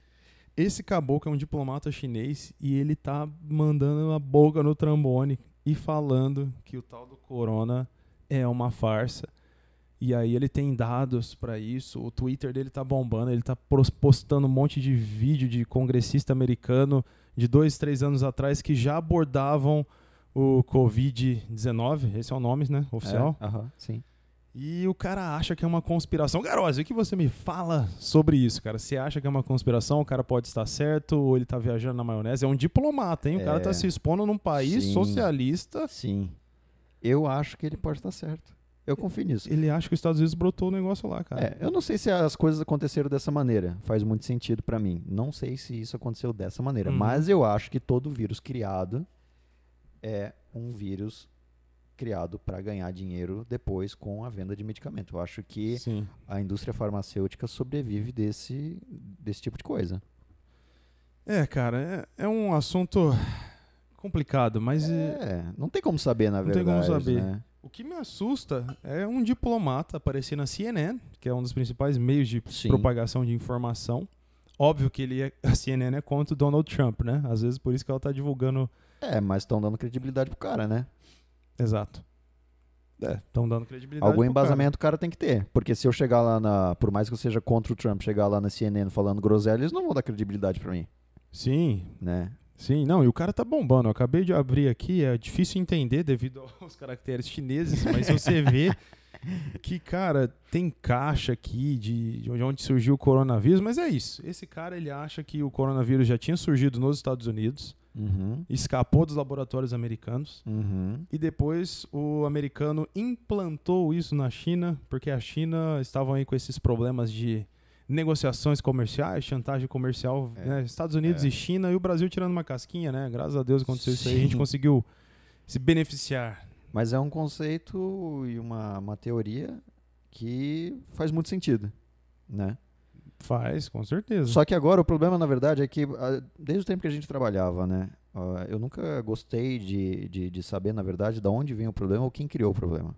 Speaker 1: Esse caboclo é um diplomata chinês e ele tá mandando a boca no trambone e falando que o tal do corona é uma farsa. E aí ele tem dados pra isso, o Twitter dele tá bombando, ele tá pros- postando um monte de vídeo de congressista americano de dois, três anos atrás que já abordavam o Covid-19, esse é o nome, né, oficial.
Speaker 2: É, Aham, sim.
Speaker 1: E o cara acha que é uma conspiração. Garose, o que você me fala sobre isso, cara? Você acha que é uma conspiração? O cara pode estar certo ou ele tá viajando na maionese? É um diplomata, hein? O cara
Speaker 2: É.
Speaker 1: tá se expondo num país
Speaker 2: Sim.
Speaker 1: socialista.
Speaker 2: Sim. Então, assim, Eu acho que ele pode estar certo. Eu confio nisso.
Speaker 1: Ele acha que os Estados Unidos brotou o negócio lá, cara.
Speaker 2: É, eu não sei se as coisas aconteceram dessa maneira. Faz muito sentido pra mim. Não sei se isso aconteceu dessa maneira,
Speaker 1: Uhum.
Speaker 2: mas eu acho que todo vírus criado é um vírus criado pra ganhar dinheiro depois com a venda de medicamento. Eu acho que
Speaker 1: Sim.
Speaker 2: a indústria farmacêutica sobrevive desse desse tipo de coisa.
Speaker 1: É, cara, é, é um assunto complicado, mas eh,
Speaker 2: É, não tem como saber na
Speaker 1: Não tem
Speaker 2: verdade.
Speaker 1: como saber.
Speaker 2: né?
Speaker 1: o que me assusta é um diplomata aparecer na CNN, que é um dos principais meios de
Speaker 2: Sim.
Speaker 1: propagação de informação. Óbvio que ele é, a CNN é contra o Donald Trump, né? Às vezes por isso que ela tá divulgando
Speaker 2: É, mas estão dando credibilidade pro cara, né?
Speaker 1: Exato. É, estão dando credibilidade.
Speaker 2: Algum
Speaker 1: pro cara.
Speaker 2: embasamento o cara tem que ter. Porque se eu chegar lá na. Por mais que eu seja contra o Trump, chegar lá na CNN falando groselha, eles não vão dar credibilidade pra mim,
Speaker 1: Sim,
Speaker 2: né?
Speaker 1: sim. Não, e o cara tá bombando. Eu acabei de abrir aqui, é difícil entender devido aos caracteres chineses, mas você vê que, cara, tem caixa aqui de, de onde surgiu o coronavírus, mas é isso. Esse cara, ele acha que o coronavírus já tinha surgido nos Estados Unidos,
Speaker 2: Uhum.
Speaker 1: escapou dos laboratórios americanos.
Speaker 2: Uhum.
Speaker 1: E depois o americano implantou isso na China, porque a China estava aí com esses problemas de negociações comerciais, chantagem comercial,
Speaker 2: É.
Speaker 1: né? Estados Unidos
Speaker 2: É.
Speaker 1: e China, e o Brasil tirando uma casquinha, né? Graças a Deus aconteceu isso aí, a gente
Speaker 2: Sim.
Speaker 1: conseguiu se beneficiar.
Speaker 2: Mas é um conceito e uma, uma teoria que faz muito sentido, né?
Speaker 1: Faz, com certeza.
Speaker 2: Só que agora o problema, na verdade, é que ah, desde o tempo que a gente trabalhava, né? ah, Eu nunca gostei de, de, de saber, na verdade, de onde vem o problema ou quem criou o problema.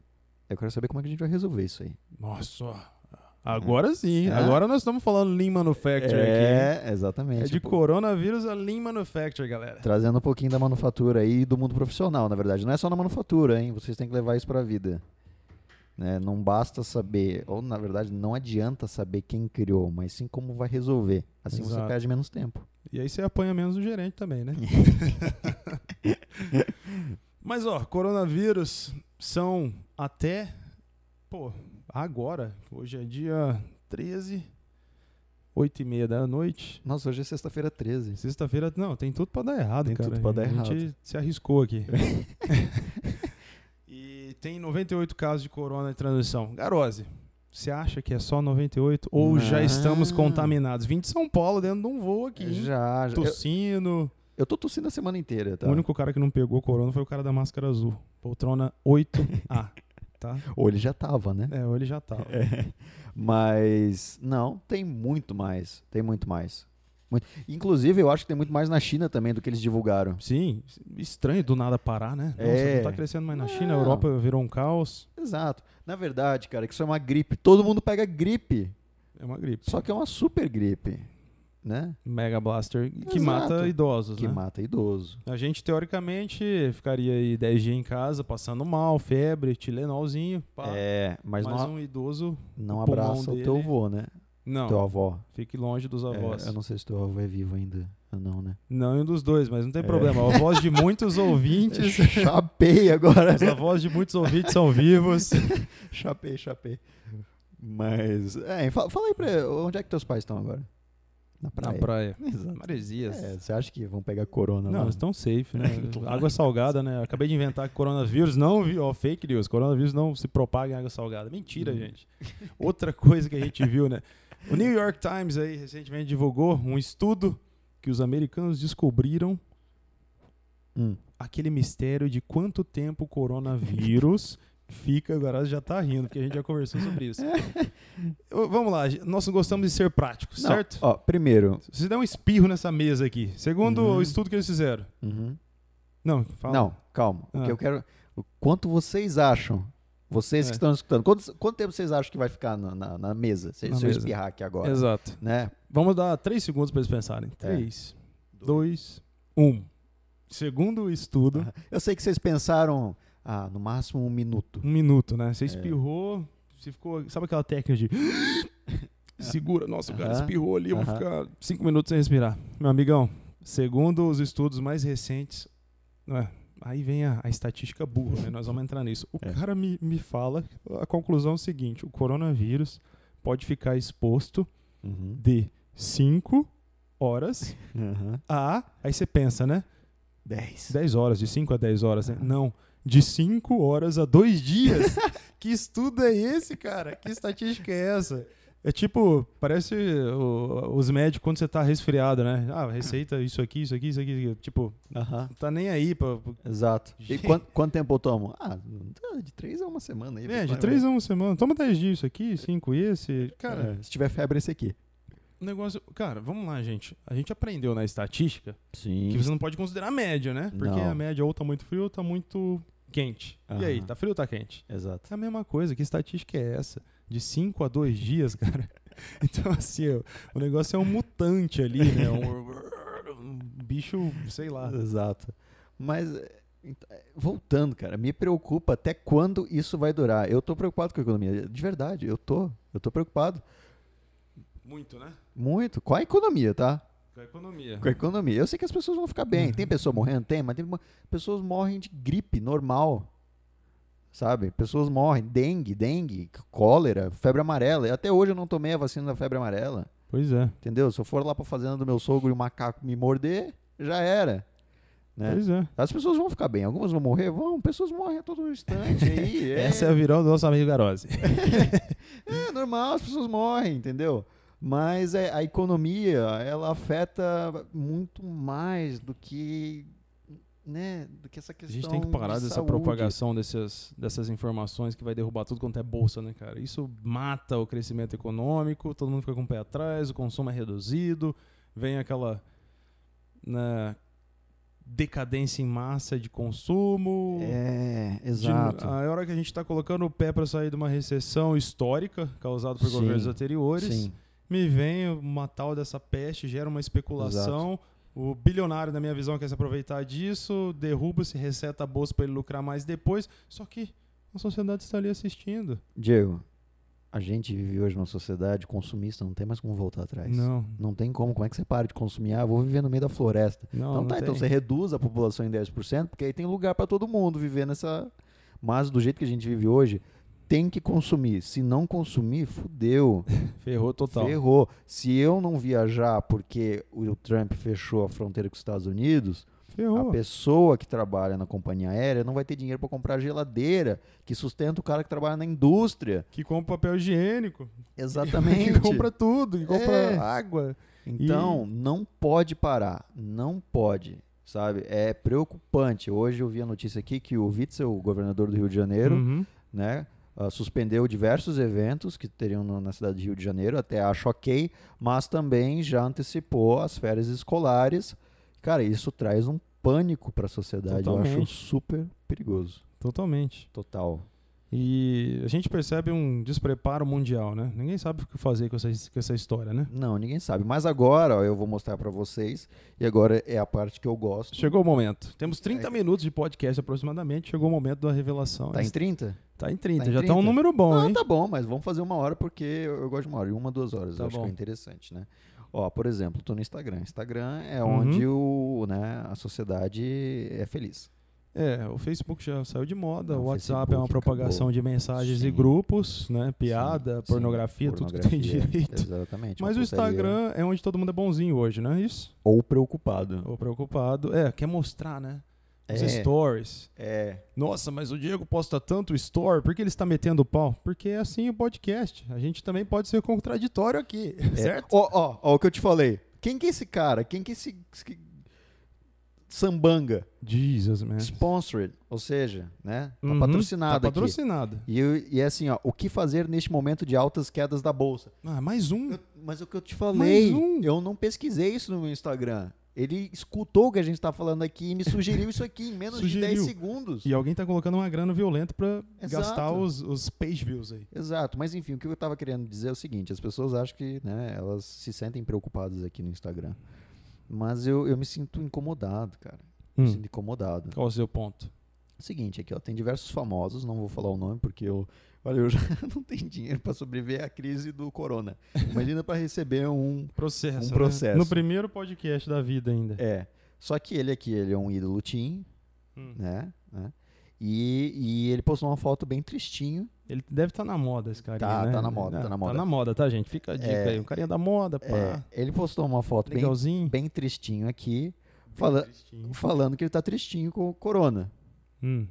Speaker 2: Eu quero saber como é que a gente vai resolver isso aí.
Speaker 1: Nossa, agora sim.
Speaker 2: É.
Speaker 1: Agora nós estamos falando Lean Manufacturing aqui.
Speaker 2: é,
Speaker 1: É
Speaker 2: exatamente.
Speaker 1: de
Speaker 2: Pô,
Speaker 1: coronavírus a Lean Manufacturing, galera.
Speaker 2: Trazendo um pouquinho da manufatura aí e do mundo profissional, na verdade. Não é só na manufatura, hein? Vocês têm que levar isso pra vida. Né? Não basta saber, ou na verdade, não adianta saber quem criou, mas sim como vai resolver. Assim
Speaker 1: Exato.
Speaker 2: você perde menos tempo.
Speaker 1: E aí você apanha menos do gerente também, né? Mas ó, coronavírus são até pô, agora, hoje é dia 13, 8 e meia da noite.
Speaker 2: Nossa, hoje é sexta-feira 13.
Speaker 1: Sexta-feira, não, tem tudo pra dar errado,
Speaker 2: Tem
Speaker 1: cara.
Speaker 2: tudo pra dar
Speaker 1: A gente se arriscou aqui. e tem 98 casos de corona de transmissão. Garose, você acha que é só 98 ou já
Speaker 2: Não.
Speaker 1: estamos contaminados? Vim de São Paulo dentro de um voo aqui. hein?
Speaker 2: Já, já. Eu,
Speaker 1: Tossindo.
Speaker 2: eu tô tossindo a semana inteira, tá?
Speaker 1: O único cara que não pegou corona foi o cara da máscara azul. Poltrona 8A, tá?
Speaker 2: Ou ele já tava, né?
Speaker 1: É, ou ele já tava. É.
Speaker 2: Mas não, tem muito mais. Tem muito mais. Muito- Inclusive, eu acho que tem muito mais na China também do que eles divulgaram.
Speaker 1: Sim, estranho do nada parar, né? Nossa,
Speaker 2: É.
Speaker 1: não tá crescendo mais na China, a
Speaker 2: Não.
Speaker 1: Europa virou um caos.
Speaker 2: Exato. Na verdade, cara, que isso é uma gripe. Todo mundo pega gripe.
Speaker 1: É uma gripe.
Speaker 2: Só que é uma super gripe, né?
Speaker 1: Mega Blaster, que
Speaker 2: Exato.
Speaker 1: mata idosos,
Speaker 2: Que
Speaker 1: né?
Speaker 2: mata idoso.
Speaker 1: A gente, teoricamente, ficaria aí 10 dias em casa, passando mal, febre, tilenolzinho, pá.
Speaker 2: É, mas
Speaker 1: mas
Speaker 2: não,
Speaker 1: um idoso,
Speaker 2: não
Speaker 1: o pulmão
Speaker 2: abraça o teu
Speaker 1: dele-
Speaker 2: avô, né?
Speaker 1: não.
Speaker 2: Teu avô.
Speaker 1: Fique longe dos avós.
Speaker 2: É, eu
Speaker 1: não...
Speaker 2: não sei se teu avô é vivo ainda. ou Não, né?
Speaker 1: um dos dois, mas não tem
Speaker 2: É.
Speaker 1: problema. A voz de muitos ouvintes...
Speaker 2: Chapei agora.
Speaker 1: Os avós de muitos ouvintes são vivos.
Speaker 2: Chapei, chapei. Mas. É, fa- fala aí pra. Onde é que teus pais estão agora? Na praia.
Speaker 1: Na praia.
Speaker 2: Exato.
Speaker 1: Maresias.
Speaker 2: É, você acha que vão pegar corona
Speaker 1: É. Não,
Speaker 2: lá?
Speaker 1: estão safe, né?
Speaker 2: Claro.
Speaker 1: água salgada, né? Eu Acabei de inventar que coronavírus não viu, ó, fake news. Coronavírus não se propaga em água salgada. Mentira,
Speaker 2: Hum.
Speaker 1: gente. Outra coisa que a gente viu, né? O New York Times aí recentemente divulgou um estudo que os americanos descobriram
Speaker 2: Hum.
Speaker 1: aquele mistério de quanto tempo o coronavírus fica. Agora já tá rindo, porque a gente já conversou sobre isso. Ô, Vamos lá, nós gostamos de ser práticos,
Speaker 2: Não,
Speaker 1: certo?
Speaker 2: Ó, primeiro.
Speaker 1: Você dá um espirro nessa mesa aqui. Segundo
Speaker 2: Hum.
Speaker 1: o estudo que eles fizeram.
Speaker 2: Uhum.
Speaker 1: Não, fala.
Speaker 2: Não, calma. O
Speaker 1: Ah.
Speaker 2: que eu quero. O quanto vocês acham? Vocês
Speaker 1: É.
Speaker 2: que estão escutando. Quanto, quanto tempo vocês acham que vai ficar na, na- na mesa? Se,
Speaker 1: Na
Speaker 2: se eu
Speaker 1: mesa.
Speaker 2: espirrar aqui agora.
Speaker 1: Exato.
Speaker 2: Né?
Speaker 1: Vamos dar três segundos para eles pensarem. Três, dois, um. Segundo o estudo,
Speaker 2: Eu sei que vocês pensaram. Ah, no máximo um minuto.
Speaker 1: um minuto, né? Você
Speaker 2: É.
Speaker 1: espirrou, você ficou. Sabe aquela técnica de. Segura, nossa, o cara
Speaker 2: Aham.
Speaker 1: espirrou ali, eu vou
Speaker 2: Aham.
Speaker 1: ficar cinco minutos sem respirar. Meu amigão, segundo os estudos mais recentes, não é, aí vem a, a estatística burra, né? nós vamos entrar nisso. O
Speaker 2: É.
Speaker 1: cara me, me fala a conclusão é o seguinte: o coronavírus pode ficar exposto
Speaker 2: Uhum.
Speaker 1: de 5 horas
Speaker 2: Uhum.
Speaker 1: a. Aí você pensa, né?
Speaker 2: Dez.
Speaker 1: 10 horas, de 5 a 10 horas, né? Não, de 5 horas a 2 dias. que estudo é esse, cara? Que estatística é essa? É tipo, parece o- os médicos quando você tá resfriado, né? Ah, receita isso aqui, isso aqui, isso aqui. isso aqui. Tipo,
Speaker 2: Aham.
Speaker 1: não tá nem aí pra. pra-
Speaker 2: Exato. E
Speaker 1: Gente.
Speaker 2: quan- quanto, tempo eu tomo? Ah, de três a uma semana aí.
Speaker 1: É, de
Speaker 2: vai-
Speaker 1: 3 a 1 semana. Toma 10 dias isso aqui, 5 esse. Cara,
Speaker 2: É, se tiver febre, esse aqui.
Speaker 1: o negócio. Cara, vamos lá, gente. A gente aprendeu na estatística
Speaker 2: Sim.
Speaker 1: Que você não pode considerar a média, né? Porque
Speaker 2: Não.
Speaker 1: a média ou tá muito frio ou tá muito quente. E aí,
Speaker 2: Aham.
Speaker 1: tá frio ou tá quente?
Speaker 2: Exato.
Speaker 1: É a mesma coisa, que estatística é essa? De 5 a 2 dias, cara. Então, assim, o- o negócio é um mutante ali, né? Um, um bicho, sei lá.
Speaker 2: Exato. Ah. Mas, é, ent- é, voltando, cara, me preocupa até quando isso vai durar. Eu tô preocupado com a economia. De verdade, eu tô. Eu tô preocupado
Speaker 1: Muito, né?
Speaker 2: muito com a economia, tá?
Speaker 1: Com a economia.
Speaker 2: Com a economia. Eu sei que as pessoas vão ficar bem. Tem pessoa morrendo? Tem, mas tem mo- pessoas morrem de gripe normal. Sabe? Pessoas morrem. Dengue, dengue, c- cólera, febre amarela. Até hoje eu não tomei a vacina da febre amarela.
Speaker 1: Pois é.
Speaker 2: Entendeu? Se eu for lá pra fazenda do meu sogro e o macaco me morder, já era. né?
Speaker 1: Pois é.
Speaker 2: As pessoas vão ficar bem, algumas vão morrer, vão, pessoas morrem a todo instante. aí, é,
Speaker 1: Essa é a virão do nosso amigo Garose.
Speaker 2: é normal, as pessoas morrem, entendeu? Mas é, a economia, ela afeta muito mais do que, né, do que essa
Speaker 1: A
Speaker 2: questão
Speaker 1: gente tem que parar
Speaker 2: de
Speaker 1: dessa
Speaker 2: saúde.
Speaker 1: propagação dessas, dessas informações que vai derrubar tudo quanto é bolsa, né, cara? Isso mata o crescimento econômico, todo mundo fica com o pé atrás, o consumo é reduzido, vem aquela né, decadência em massa de consumo.
Speaker 2: É,
Speaker 1: De-
Speaker 2: exato.
Speaker 1: a hora que a gente está colocando o pé para sair de uma recessão histórica causada por
Speaker 2: Sim,
Speaker 1: governos anteriores,
Speaker 2: Sim.
Speaker 1: me vem uma tal dessa peste, gera uma especulação. O bilionário, na minha visão, quer se aproveitar disso, derruba-se, reseta a bolsa para ele lucrar mais depois. Só que a sociedade está ali assistindo.
Speaker 2: Diego, a gente vive hoje numa sociedade consumista, não tem mais como voltar atrás.
Speaker 1: Não,
Speaker 2: Não tem como. Como é que você para de consumir? Ah, eu vou viver no meio da floresta.
Speaker 1: não,
Speaker 2: então
Speaker 1: não
Speaker 2: tá,
Speaker 1: tem.
Speaker 2: então você reduz a população em 10%, porque aí tem lugar para todo mundo viver nessa. Mas do jeito que a gente vive hoje, tem que consumir. Se não consumir, fudeu.
Speaker 1: ferrou total.
Speaker 2: Ferrou. Se eu não viajar porque o Trump fechou a fronteira com os Estados Unidos, a
Speaker 1: Ferrou.
Speaker 2: pessoa que trabalha na companhia aérea não vai ter dinheiro para comprar a geladeira que sustenta o cara que trabalha na indústria.
Speaker 1: Que compra papel higiênico,
Speaker 2: Exatamente.
Speaker 1: que compra tudo, que compra
Speaker 2: É.
Speaker 1: água.
Speaker 2: Então, não pode parar. Não pode. Sabe? É preocupante. Hoje eu vi a notícia aqui que o Witzel, o governador do Rio de Janeiro,
Speaker 1: Uhum.
Speaker 2: né? ah, suspendeu diversos eventos que teriam no- na cidade do Rio de Janeiro, até acho ok, mas também já antecipou as férias escolares. Cara, isso traz um pânico para a sociedade. Eu
Speaker 1: Totalmente.
Speaker 2: acho super perigoso.
Speaker 1: Totalmente.
Speaker 2: Total.
Speaker 1: E a gente percebe um despreparo mundial, né? Ninguém sabe o que fazer com essa, com essa história, né?
Speaker 2: Não, ninguém sabe. Mas agora ó, eu vou mostrar para vocês, e agora é a parte que eu gosto.
Speaker 1: Chegou o momento. Temos 30 minutos de podcast aproximadamente. Chegou o momento da revelação.
Speaker 2: É. Tá em 30?
Speaker 1: Tá em 30.
Speaker 2: tá em
Speaker 1: Já tá um
Speaker 2: 30?
Speaker 1: número bom,
Speaker 2: Ah,
Speaker 1: hein?
Speaker 2: tá bom, mas vamos fazer uma hora porque eu, eu gosto de uma hora. E uma, duas horas.
Speaker 1: Tá
Speaker 2: eu acho que
Speaker 1: bom.
Speaker 2: é interessante, né? Ó, por exemplo, tô no Instagram. Instagram é
Speaker 1: Uhum.
Speaker 2: onde o, né, a sociedade é feliz.
Speaker 1: É, o Facebook já saiu de moda.
Speaker 2: Não,
Speaker 1: o
Speaker 2: o
Speaker 1: WhatsApp
Speaker 2: Facebook
Speaker 1: é uma propagação
Speaker 2: acabou.
Speaker 1: de mensagens e
Speaker 2: Sim.
Speaker 1: grupos, né? Piada,
Speaker 2: Sim, sim,
Speaker 1: pornografia, tudo que tem
Speaker 2: pornografia,
Speaker 1: direito.
Speaker 2: Exatamente.
Speaker 1: Mas
Speaker 2: uma
Speaker 1: o
Speaker 2: putaria.
Speaker 1: Instagram é onde todo mundo é bonzinho hoje, não é isso?
Speaker 2: Ou preocupado.
Speaker 1: Ou preocupado. É, quer mostrar, né? Os
Speaker 2: É.
Speaker 1: stories.
Speaker 2: É.
Speaker 1: Nossa, mas o Diego posta tanto story, por que ele está metendo o pau? Porque é assim o podcast. A gente também pode ser contraditório aqui,
Speaker 2: É.
Speaker 1: É certo?
Speaker 2: Ó, ó, ó, o que eu te falei. Quem que é esse cara? Quem que é esse. esse- Sambanga.
Speaker 1: Jesus, man.
Speaker 2: Sponsored. Ou seja, né? Tá
Speaker 1: É. Uhum,
Speaker 2: patrocinado
Speaker 1: Tá
Speaker 2: aqui.
Speaker 1: patrocinado.
Speaker 2: E, eu- e é assim, ó, o que fazer neste momento de altas quedas da bolsa?
Speaker 1: Ah, mais um.
Speaker 2: Eu- mas o que eu te falei,
Speaker 1: um.
Speaker 2: eu não pesquisei isso no meu Instagram. Ele escutou o que a gente tá falando aqui e me sugeriu isso aqui em menos de 10
Speaker 1: Sugeriu.
Speaker 2: segundos.
Speaker 1: E alguém tá colocando uma grana violenta pra
Speaker 2: Exato.
Speaker 1: gastar os, os page views aí.
Speaker 2: Exato, mas enfim, o que eu tava querendo dizer é o seguinte: as pessoas acham que né, elas se sentem preocupadas aqui no Instagram. Mas eu, eu me sinto incomodado, cara. Eu Me
Speaker 1: Hum.
Speaker 2: sinto incomodado. É
Speaker 1: Qual o seu ponto?
Speaker 2: Seguinte, aqui, ó, tem diversos famosos, não vou falar o nome porque eu. Olha, eu já não tenho dinheiro para sobreviver à crise do corona. Imagina para receber um.
Speaker 1: Processo.
Speaker 2: Um
Speaker 1: né?
Speaker 2: processo.
Speaker 1: No primeiro podcast da vida ainda.
Speaker 2: É. Só que ele aqui, ele é um ídolo teen,
Speaker 1: Hum.
Speaker 2: né? né? E, e ele postou uma foto bem tristinho.
Speaker 1: Ele deve estar na moda, esse carinha,
Speaker 2: Tá,
Speaker 1: né?
Speaker 2: tá na moda,
Speaker 1: Ah,
Speaker 2: tá na moda.
Speaker 1: Tá na moda, tá, gente? Fica a dica
Speaker 2: É.
Speaker 1: aí. O carinha da moda, pá.
Speaker 2: É, ele postou uma foto bem,
Speaker 1: Ah. Legalzinho.
Speaker 2: bem tristinho aqui, fala-
Speaker 1: Tristinho.
Speaker 2: falando que ele tá tristinho com o corona.
Speaker 1: Hum.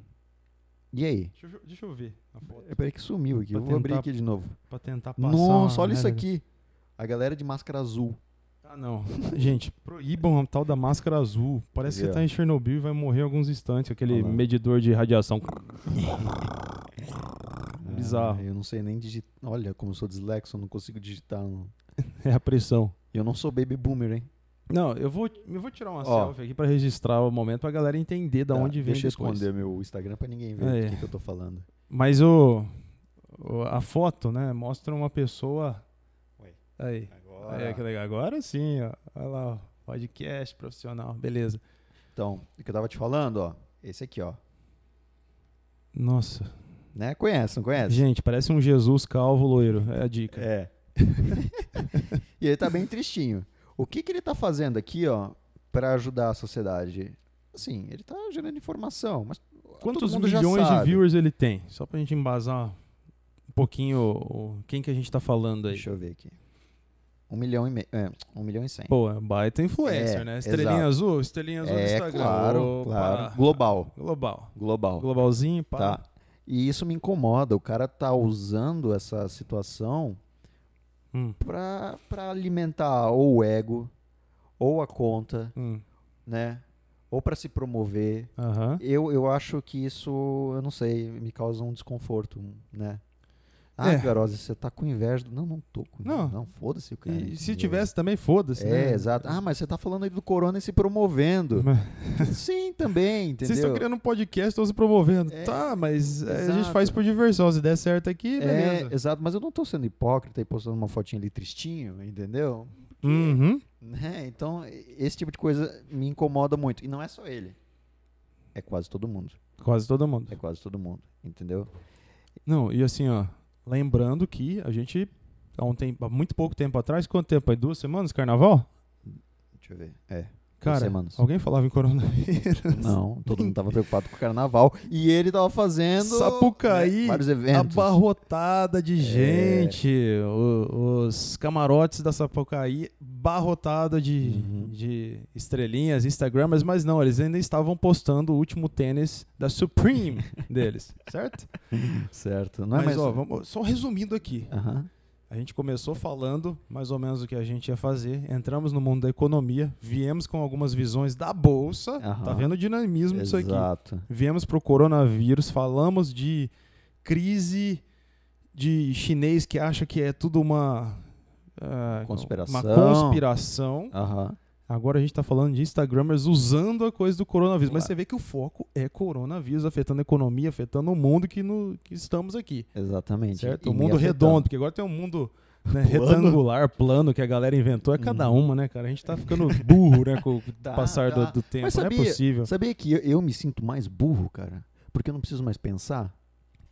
Speaker 2: E aí?
Speaker 1: Deixa, eu- deixa eu ver a foto.
Speaker 2: É, Peraí que sumiu aqui.
Speaker 1: Pra
Speaker 2: Eu vou abrir
Speaker 1: tentar
Speaker 2: aqui de novo.
Speaker 1: Pra tentar passar.
Speaker 2: Nossa,
Speaker 1: uma
Speaker 2: olha isso
Speaker 1: realidade.
Speaker 2: aqui. A galera de máscara azul.
Speaker 1: Ah, não. Gente, proíbam a tal da máscara azul. Parece que
Speaker 2: Pois
Speaker 1: você tá
Speaker 2: é.
Speaker 1: em Chernobyl e vai morrer em alguns instantes. Aquele
Speaker 2: Olha lá.
Speaker 1: medidor de radiação. É Bizarro.
Speaker 2: Ah, eu não sei nem digitar. Olha, como eu sou dislexo, eu não consigo digitar. não.
Speaker 1: É a pressão.
Speaker 2: E eu não sou baby boomer, hein?
Speaker 1: Não, eu vou, eu vou tirar uma
Speaker 2: Ó.
Speaker 1: selfie aqui pra registrar o momento pra galera entender da
Speaker 2: Tá,
Speaker 1: onde vem
Speaker 2: Deixa eu
Speaker 1: depois. É.
Speaker 2: esconder meu Instagram pra ninguém ver
Speaker 1: Aí.
Speaker 2: do que, que eu tô falando.
Speaker 1: Mas o, o- a foto, né, mostra uma pessoa.
Speaker 2: Ué.
Speaker 1: Aí. É, que legal. Agora sim, ó. Olha lá, ó. podcast profissional. Beleza.
Speaker 2: Então, o que eu tava te falando, ó. Esse aqui, ó.
Speaker 1: Nossa.
Speaker 2: Né? Conhece, não conhece?
Speaker 1: Gente, parece um Jesus calvo loiro. É a dica.
Speaker 2: É. e ele tá bem tristinho. O que que ele tá fazendo aqui, ó, pra ajudar a sociedade? Assim, ele tá gerando informação, mas Tá, todo
Speaker 1: Quantos
Speaker 2: mundo já
Speaker 1: milhões de
Speaker 2: sabe.
Speaker 1: viewers ele tem? Só pra gente embasar um pouquinho o- o- quem que a gente tá falando aí.
Speaker 2: Deixa eu ver aqui. Um milhão e meio. É, um milhão e cem.
Speaker 1: Pô, é baita influencer,
Speaker 2: É,
Speaker 1: né? Estrelinha
Speaker 2: exato.
Speaker 1: azul, estrelinha azul no
Speaker 2: É,
Speaker 1: Instagram.
Speaker 2: claro,
Speaker 1: Opa.
Speaker 2: claro. Global.
Speaker 1: Global.
Speaker 2: Global.
Speaker 1: Globalzinho, pá.
Speaker 2: Tá. E isso me incomoda. O cara tá usando essa situação
Speaker 1: Hum,
Speaker 2: pra, pra alimentar ou o ego, ou a conta,
Speaker 1: hum,
Speaker 2: né? Ou pra se promover.
Speaker 1: aham.
Speaker 2: Eu, eu acho que isso, eu não sei, me causa um desconforto, né? Ah,
Speaker 1: É.
Speaker 2: Garose, você tá com inveja. do- Não, não tô com inveja.
Speaker 1: Não.
Speaker 2: Não, foda-se o cara.
Speaker 1: E se
Speaker 2: entendeu?
Speaker 1: tivesse também, foda-se,
Speaker 2: É,
Speaker 1: né?
Speaker 2: exato. Ah, mas você tá falando aí do corona e se promovendo. Sim, também, entendeu?
Speaker 1: Vocês estão criando um podcast, estão se promovendo.
Speaker 2: É,
Speaker 1: tá, mas é, a gente
Speaker 2: exato.
Speaker 1: faz por diversão. Se der certo
Speaker 2: É,
Speaker 1: aqui, beleza.
Speaker 2: exato, mas eu não tô sendo hipócrita e postando uma fotinha ali tristinho, entendeu?
Speaker 1: Uhum.
Speaker 2: Né? Então, e- esse tipo de coisa me incomoda muito. E não é só ele. É quase todo mundo.
Speaker 1: Quase todo mundo.
Speaker 2: É quase todo mundo, entendeu?
Speaker 1: Não, e assim, ó, lembrando que a gente, há, um tempo, há muito pouco tempo atrás, quanto tempo? Aí, duas semanas, carnaval?
Speaker 2: Deixa eu ver. É.
Speaker 1: Cara,
Speaker 2: semanas.
Speaker 1: alguém falava em coronavírus.
Speaker 2: Não, todo mundo tava preocupado com o carnaval. E ele tava fazendo.
Speaker 1: Sapucaí,
Speaker 2: né, vários eventos.
Speaker 1: Abarrotada
Speaker 2: É.
Speaker 1: de gente, o- os camarotes da Sapucaí, barrotada de,
Speaker 2: Uhum.
Speaker 1: de estrelinhas, Instagramers, mas não, eles ainda estavam postando o último tênis da Supreme deles, certo?
Speaker 2: Certo. Não é
Speaker 1: mas,
Speaker 2: mais.
Speaker 1: ó, vamos, só resumindo aqui,
Speaker 2: Aham.
Speaker 1: a gente começou falando mais ou menos o que a gente ia fazer, entramos no mundo da economia, viemos com algumas visões da Bolsa,
Speaker 2: Aham.
Speaker 1: tá vendo o dinamismo disso aqui?
Speaker 2: Exato.
Speaker 1: Viemos pro coronavírus, falamos de crise de chinês que acha que é tudo uma ah,
Speaker 2: Conspiração.
Speaker 1: Uma conspiração.
Speaker 2: Aham.
Speaker 1: Agora a gente tá falando de Instagramers usando a coisa do coronavírus. Mas
Speaker 2: Claro.
Speaker 1: você vê que o foco é coronavírus, afetando a economia, afetando o mundo que, no, que estamos aqui.
Speaker 2: Exatamente.
Speaker 1: Certo?
Speaker 2: E
Speaker 1: O
Speaker 2: me
Speaker 1: mundo
Speaker 2: afetando.
Speaker 1: redondo, porque agora tem um mundo né,
Speaker 2: Plano. Uhum.
Speaker 1: retangular, plano que a galera inventou. É cada uma, né, cara? A gente tá ficando burro, né, com o
Speaker 2: Tá,
Speaker 1: passar do-
Speaker 2: tá.
Speaker 1: Do, tempo.
Speaker 2: Mas
Speaker 1: Não
Speaker 2: sabia-
Speaker 1: é possível.
Speaker 2: Sabia que eu, eu me sinto mais burro, cara? Porque eu não preciso mais pensar?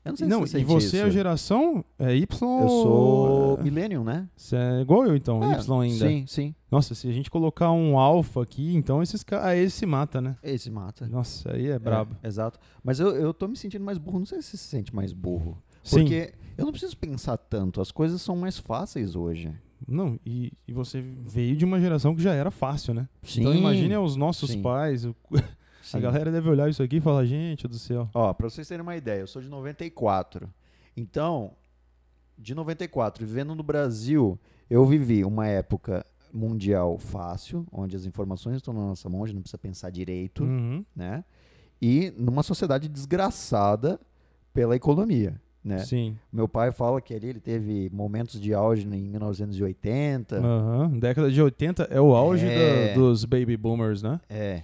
Speaker 2: Eu não sei se
Speaker 1: Não,
Speaker 2: você
Speaker 1: e
Speaker 2: sente
Speaker 1: você é
Speaker 2: isso.
Speaker 1: a geração é Y.
Speaker 2: Eu sou millennium, né?
Speaker 1: Você é igual eu, então,
Speaker 2: É,
Speaker 1: Y ainda.
Speaker 2: Sim, sim.
Speaker 1: Nossa, se a gente colocar um alfa aqui, então esses caras. Aí se mata, né?
Speaker 2: Esse mata.
Speaker 1: Nossa, aí é brabo.
Speaker 2: É, exato. Mas eu, eu tô me sentindo mais burro. Não sei se você se sente mais burro.
Speaker 1: Sim.
Speaker 2: Porque eu não preciso pensar tanto. As coisas são mais fáceis hoje.
Speaker 1: Não, e, e você veio de uma geração que já era fácil, né?
Speaker 2: Sim.
Speaker 1: Então imagine os nossos
Speaker 2: Sim.
Speaker 1: pais. o-
Speaker 2: Sim.
Speaker 1: A galera deve olhar isso aqui e falar, gente do céu.
Speaker 2: Ó, pra vocês terem uma ideia, eu sou de 94. Então, de 94, vivendo no Brasil, eu vivi uma época mundial fácil, onde as informações estão na nossa mão, a gente não precisa pensar direito,
Speaker 1: Uhum,
Speaker 2: né? E numa sociedade desgraçada pela economia, né?
Speaker 1: Sim.
Speaker 2: Meu pai fala que ali ele teve momentos de auge em 1980.
Speaker 1: Aham. Década de 80 é o auge
Speaker 2: É.
Speaker 1: da- dos baby boomers, né?
Speaker 2: É.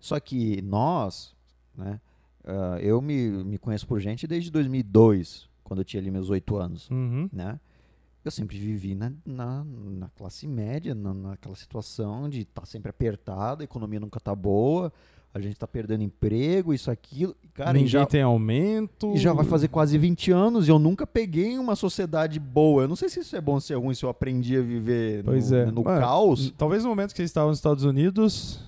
Speaker 2: Só que nós, né? ah, eu me, me conheço por gente desde 2002, quando eu tinha ali meus oito anos,
Speaker 1: Uhum.
Speaker 2: né? Eu sempre vivi na, na, na classe média, na, naquela situação de estar sempre apertado, a economia nunca tá boa, a gente tá perdendo emprego, isso, aquilo. E, Cara, e
Speaker 1: Ninguém
Speaker 2: já,
Speaker 1: tem aumento.
Speaker 2: e já vai fazer quase 20 anos e eu nunca peguei uma sociedade boa. Eu não sei se isso é bom ou se é ruim, se eu aprendi a viver
Speaker 1: Pois
Speaker 2: no,
Speaker 1: é.
Speaker 2: no
Speaker 1: Ah,
Speaker 2: caos.
Speaker 1: Talvez no momento que você estava nos Estados Unidos,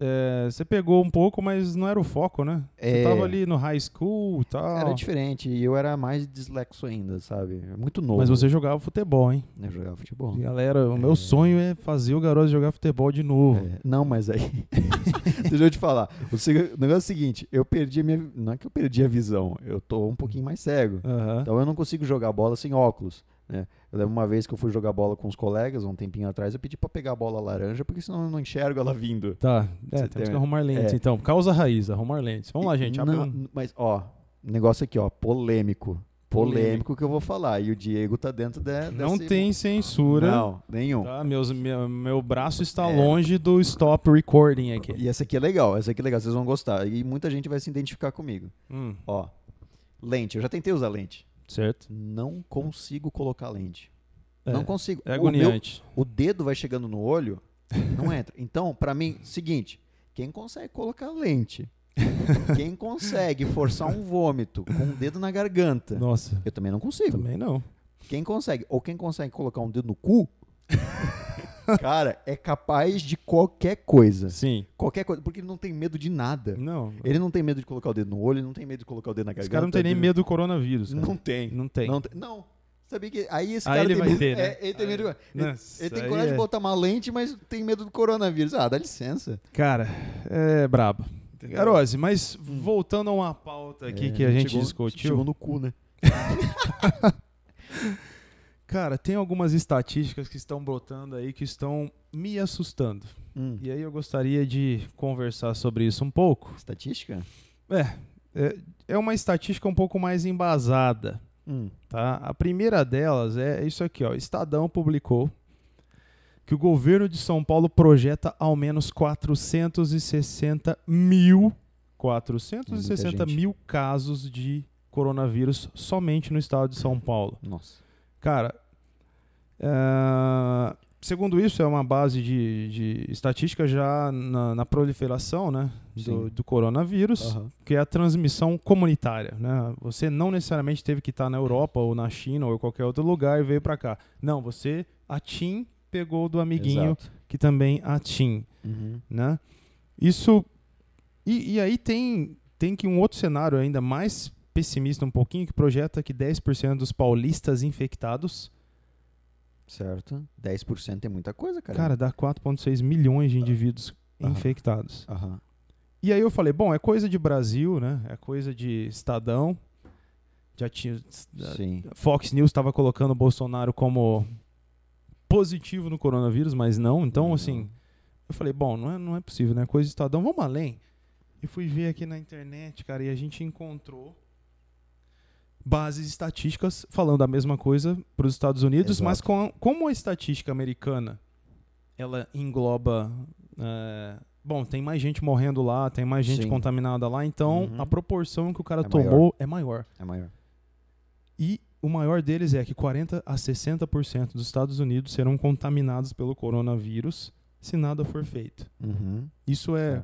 Speaker 1: é, você pegou um pouco, mas não era o foco, né? Você
Speaker 2: É.
Speaker 1: estava ali no high school e tal.
Speaker 2: Era diferente, e eu era mais dislexo ainda, sabe? É Muito novo.
Speaker 1: Mas você jogava futebol, hein?
Speaker 2: né, jogar futebol.
Speaker 1: Galera, o meu sonho é fazer o garoto jogar futebol de novo.
Speaker 2: É, não, mas aí. Deixa eu te falar. O, seg- o negócio é o seguinte: eu perdi a minha. Não é que eu perdi a visão, eu tô um pouquinho mais cego.
Speaker 1: Aham.
Speaker 2: Então eu não consigo jogar bola sem óculos. Né? Eu lembro uma vez que eu fui jogar bola com os colegas, há um tempinho atrás, eu pedi pra pegar a bola laranja, porque senão eu não enxergo ela vindo.
Speaker 1: Tá, é,
Speaker 2: Você
Speaker 1: temos
Speaker 2: tem-
Speaker 1: que arrumar lentes
Speaker 2: é.
Speaker 1: então. Causa raiz, arrumar lentes. Vamos lá, gente. Abre
Speaker 2: Não,
Speaker 1: um...
Speaker 2: Mas, ó, negócio aqui, ó, polêmico.
Speaker 1: Polêmico.
Speaker 2: Polêmico, que eu vou falar. E o Diego tá dentro da.
Speaker 1: não
Speaker 2: desse-
Speaker 1: tem censura.
Speaker 2: Não, nenhum.
Speaker 1: Tá, meus, meu, meu braço está
Speaker 2: Tipo, É.
Speaker 1: longe do stop recording aqui.
Speaker 2: E essa aqui é legal, essa aqui é legal, vocês vão gostar. E muita gente vai se identificar comigo.
Speaker 1: Hum,
Speaker 2: Ó, lente, eu já tentei usar lente.
Speaker 1: certo?
Speaker 2: Não consigo colocar lente.
Speaker 1: É,
Speaker 2: Não consigo.
Speaker 1: É
Speaker 2: o, meu-
Speaker 1: agoniante.
Speaker 2: o dedo vai chegando no olho, não entra. Então, pra mim, seguinte, quem consegue colocar lente? Quem consegue forçar um vômito com o dedo na garganta?
Speaker 1: Nossa,
Speaker 2: Eu também não consigo.
Speaker 1: também não.
Speaker 2: Quem consegue, ou quem consegue colocar um dedo no cu, cara, é capaz de qualquer coisa.
Speaker 1: Sim.
Speaker 2: Qualquer coisa, porque ele não tem medo de nada.
Speaker 1: Não.
Speaker 2: Ele não tem medo de colocar o dedo no olho, ele não tem medo de colocar o dedo na garganta.
Speaker 1: Os caras não tem nem
Speaker 2: ele-
Speaker 1: medo do coronavírus. cara.
Speaker 2: Não tem.
Speaker 1: Não tem.
Speaker 2: Não, tem- não. Você Sabia que aí esse
Speaker 1: Aí
Speaker 2: cara
Speaker 1: ele
Speaker 2: tem
Speaker 1: vai
Speaker 2: medo-
Speaker 1: ter, né?
Speaker 2: é, ele tem
Speaker 3: Aí-
Speaker 2: medo- ele-
Speaker 1: Nossa,
Speaker 2: ele tem
Speaker 1: aí
Speaker 2: coragem
Speaker 1: é-
Speaker 2: de botar uma lente, mas tem medo do coronavírus. Ah, dá licença.
Speaker 1: Cara, é brabo.
Speaker 3: Entendeu?
Speaker 1: Garose, mas voltando a uma pauta aqui
Speaker 2: Hum. É,
Speaker 1: que a gente
Speaker 2: chegou-
Speaker 1: discutiu.
Speaker 2: Chegou no cu, né?
Speaker 1: Cara, tem algumas estatísticas que estão brotando aí que estão me assustando.
Speaker 2: Hum.
Speaker 1: E aí eu gostaria de conversar sobre isso um pouco.
Speaker 2: Estatística?
Speaker 1: É, é uma estatística um pouco mais embasada,
Speaker 2: Hum.
Speaker 1: tá? A primeira delas é isso aqui, ó. Estadão publicou que o governo de São Paulo projeta ao menos 460 mil,
Speaker 2: É
Speaker 1: 460
Speaker 2: muita gente.
Speaker 1: mil casos de coronavírus somente no estado de São Paulo.
Speaker 2: Nossa.
Speaker 1: Cara, é, segundo isso, é uma base de, de estatística já na, na proliferação né, do,
Speaker 2: Sim.
Speaker 1: do coronavírus,
Speaker 2: Aham.
Speaker 1: que é a transmissão comunitária. Né? Você não necessariamente teve que estar na Europa ou na China ou em qualquer outro lugar e veio para cá. Não, você, a TIM, pegou do amiguinho
Speaker 2: Exato.
Speaker 1: que também a TIM
Speaker 2: Uhum.
Speaker 1: né? Isso e, e aí tem tem que um outro cenário ainda mais pessimista um pouquinho que projeta que 10% dos paulistas infectados,
Speaker 2: Certo. 10% é muita coisa, cara.
Speaker 1: cara, dá 4.6 milhões de indivíduos
Speaker 2: Aham.
Speaker 1: infectados.
Speaker 2: Aham.
Speaker 1: E aí eu falei, bom, é coisa de Brasil, né? É coisa de Estadão. Já tinha
Speaker 2: Sim.
Speaker 1: Fox News estava colocando o Bolsonaro como positivo no coronavírus, mas não. Então,
Speaker 2: Não.
Speaker 1: assim, eu falei, bom, não é, não é possível, né? Coisa do Estadão, vamos além. E fui ver aqui na internet, cara, e a gente encontrou bases estatísticas falando a mesma coisa para os Estados Unidos, mas
Speaker 2: Exato.
Speaker 1: com, como a estatística americana, ela engloba... é, bom, tem mais gente morrendo lá, tem mais gente
Speaker 2: Sim.
Speaker 1: contaminada lá, então
Speaker 2: Uhum.
Speaker 1: a proporção que o cara
Speaker 2: É maior.
Speaker 1: tomou é maior.
Speaker 2: É maior.
Speaker 1: E o maior deles é que 40 a 60% dos Estados Unidos serão contaminados pelo coronavírus se nada for feito.
Speaker 2: Uhum.
Speaker 1: Isso é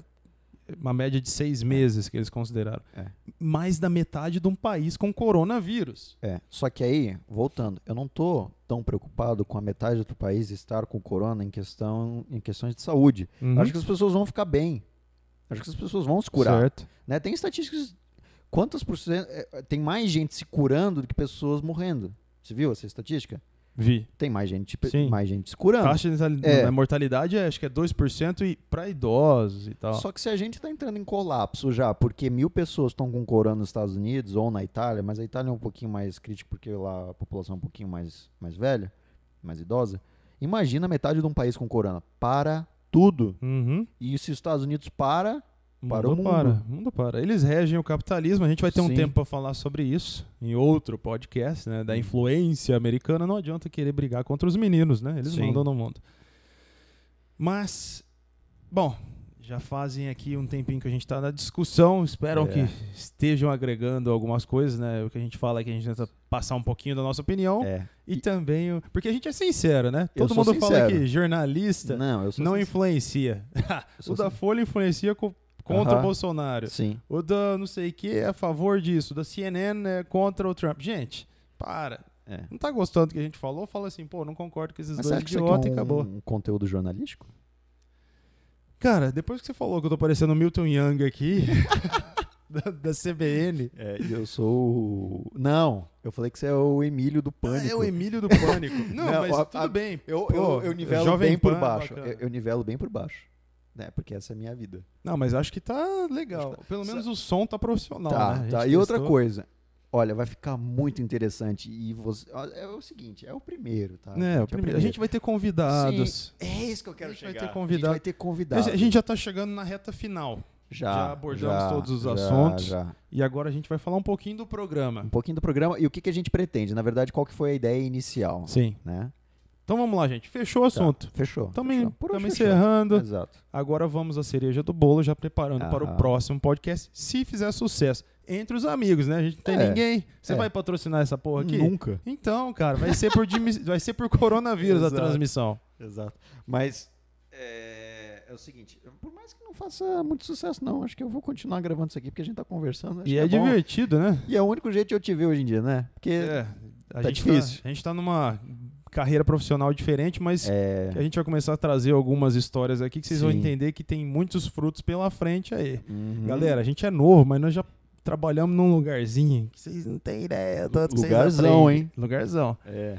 Speaker 1: uma média de seis meses que eles consideraram.
Speaker 2: É.
Speaker 1: Mais da metade de um país com coronavírus.
Speaker 2: É. Só que aí, voltando, eu não tô tão preocupado com a metade do país estar com corona em questão em questões de saúde. Acho que as pessoas vão ficar bem. Acho que as pessoas vão se curar.
Speaker 1: Uhum. Certo.
Speaker 2: né? Tem estatísticas. Quantas por cento. eh, Tem mais gente se curando do que pessoas morrendo. Você viu essa estatística?
Speaker 1: Vi.
Speaker 2: Tem mais gente,
Speaker 1: Sim.
Speaker 2: mais gente se curando.
Speaker 1: Taxa de natali-
Speaker 2: É.
Speaker 1: da mortalidade é, acho que é 2% e para idosos e tal.
Speaker 2: Só que se a gente está entrando em colapso já, porque mil pessoas estão com corona nos Estados Unidos ou na Itália, mas a Itália é um pouquinho mais crítico porque lá a população é um pouquinho mais, mais velha, mais idosa. Imagina metade de um país com corona. Para tudo.
Speaker 1: Uhum.
Speaker 2: E se os Estados Unidos para, Para
Speaker 1: Mundo
Speaker 2: o mundo.
Speaker 1: para, mundo para. Eles regem o capitalismo, a gente vai ter um
Speaker 2: Sim.
Speaker 1: tempo para falar sobre isso em outro podcast, né,
Speaker 2: Hum.
Speaker 1: da influência americana, não adianta querer brigar contra os meninos, né? Eles
Speaker 2: Sim.
Speaker 1: mandam no mundo. Mas bom, já fazem aqui um tempinho que a gente está na discussão, espero
Speaker 2: É.
Speaker 1: que estejam agregando algumas coisas, né? O que a gente fala é que a gente tenta passar um pouquinho da nossa opinião
Speaker 2: é.
Speaker 1: e também, o- porque a gente é sincero, né?
Speaker 2: Eu
Speaker 1: Todo
Speaker 2: sou
Speaker 1: mundo fala
Speaker 2: sincero.
Speaker 1: que jornalista
Speaker 2: Não, eu sou
Speaker 1: não
Speaker 2: sincero.
Speaker 1: influencia.
Speaker 2: sou
Speaker 1: o da
Speaker 2: sincero.
Speaker 1: Folha influencia co- contra o
Speaker 2: Aham.
Speaker 1: Bolsonaro.
Speaker 2: Sim.
Speaker 1: O da não sei o que é a favor disso. O da CNN é contra o Trump. Gente, para.
Speaker 2: É.
Speaker 1: Não tá gostando do que a gente falou? Fala assim, pô, não concordo com esses
Speaker 2: Mas
Speaker 1: dois
Speaker 2: será que isso
Speaker 1: idiotas
Speaker 2: aqui
Speaker 1: e
Speaker 2: é
Speaker 1: acabou.
Speaker 2: um, um conteúdo jornalístico?
Speaker 1: Cara, depois que você falou que eu tô parecendo o Milton Young aqui, da, da CBN.
Speaker 2: É, e eu sou o... Não, eu falei que você é o Emílio do Pânico.
Speaker 1: Ah, é o Emílio do Pânico. não,
Speaker 2: Não,
Speaker 1: mas
Speaker 2: ó,
Speaker 1: tudo
Speaker 2: a-
Speaker 1: bem.
Speaker 2: Eu,
Speaker 1: Pô,
Speaker 2: eu, eu nivelo
Speaker 1: Jovem
Speaker 2: bem
Speaker 1: Pan
Speaker 2: por
Speaker 1: é
Speaker 2: baixo.
Speaker 1: bacana.
Speaker 2: Eu, eu nivelo bem por baixo. Né? Porque essa é a minha vida.
Speaker 1: Não, mas acho que tá legal. Pelo menos o som tá profissional,
Speaker 2: tá,
Speaker 1: né? A gente
Speaker 2: tá. E outra
Speaker 1: testou.
Speaker 2: coisa. Olha, vai ficar muito interessante. E você. ó, É o seguinte, é o primeiro, tá?
Speaker 1: É, o
Speaker 2: Gente,
Speaker 1: primeiro. A gente vai ter convidados.
Speaker 2: É isso que eu quero
Speaker 1: a gente vai
Speaker 2: chegar.
Speaker 1: ter convidado.
Speaker 2: A gente vai ter
Speaker 1: A
Speaker 2: convidado.
Speaker 1: gente- a gente já tá chegando na reta final.
Speaker 2: já,
Speaker 1: já abordamos
Speaker 2: já,
Speaker 1: todos os
Speaker 2: já,
Speaker 1: assuntos.
Speaker 2: já.
Speaker 1: E agora a gente vai falar um pouquinho do programa.
Speaker 2: Um pouquinho do programa e o que, que a gente pretende. Na verdade, qual que foi a ideia inicial,
Speaker 1: Sim.
Speaker 2: né?
Speaker 1: Então vamos lá, gente. Fechou o
Speaker 2: Tá,
Speaker 1: assunto.
Speaker 2: Fechou.
Speaker 1: Também,
Speaker 2: fechou. Por hoje
Speaker 1: também
Speaker 2: fechou.
Speaker 1: encerrando.
Speaker 2: Exato.
Speaker 1: Agora vamos à cereja do bolo, já preparando para o
Speaker 2: Aham.
Speaker 1: próximo podcast, se fizer sucesso. Entre os amigos, né? A gente não tem
Speaker 2: É.
Speaker 1: ninguém. Você
Speaker 2: É.
Speaker 1: vai patrocinar essa porra aqui?
Speaker 2: Nunca.
Speaker 1: Então, cara, vai ser por, dimi- vai ser por coronavírus a
Speaker 2: Exato.
Speaker 1: transmissão.
Speaker 2: Exato. Mas é, é o seguinte, por mais que não faça muito sucesso, não, acho que eu vou continuar gravando isso aqui porque a gente tá conversando. acho
Speaker 1: E
Speaker 2: que
Speaker 1: é,
Speaker 2: bom.
Speaker 1: divertido, né?
Speaker 2: E é o único jeito de eu te ver hoje em dia, né? Porque
Speaker 1: É. A
Speaker 2: tá
Speaker 1: gente
Speaker 2: difícil.
Speaker 1: a gente tá numa carreira profissional diferente, mas
Speaker 2: é,
Speaker 1: a gente vai começar a trazer algumas histórias aqui que vocês vão
Speaker 2: Sim.
Speaker 1: entender que tem muitos frutos pela frente aí.
Speaker 2: uhum.
Speaker 1: Galera, a gente é novo, mas nós já trabalhamos num lugarzinho que vocês não têm ideia. Tanto que vocês
Speaker 2: Lugarzão,
Speaker 1: aprendem.
Speaker 2: hein?
Speaker 1: Lugarzão.
Speaker 2: É.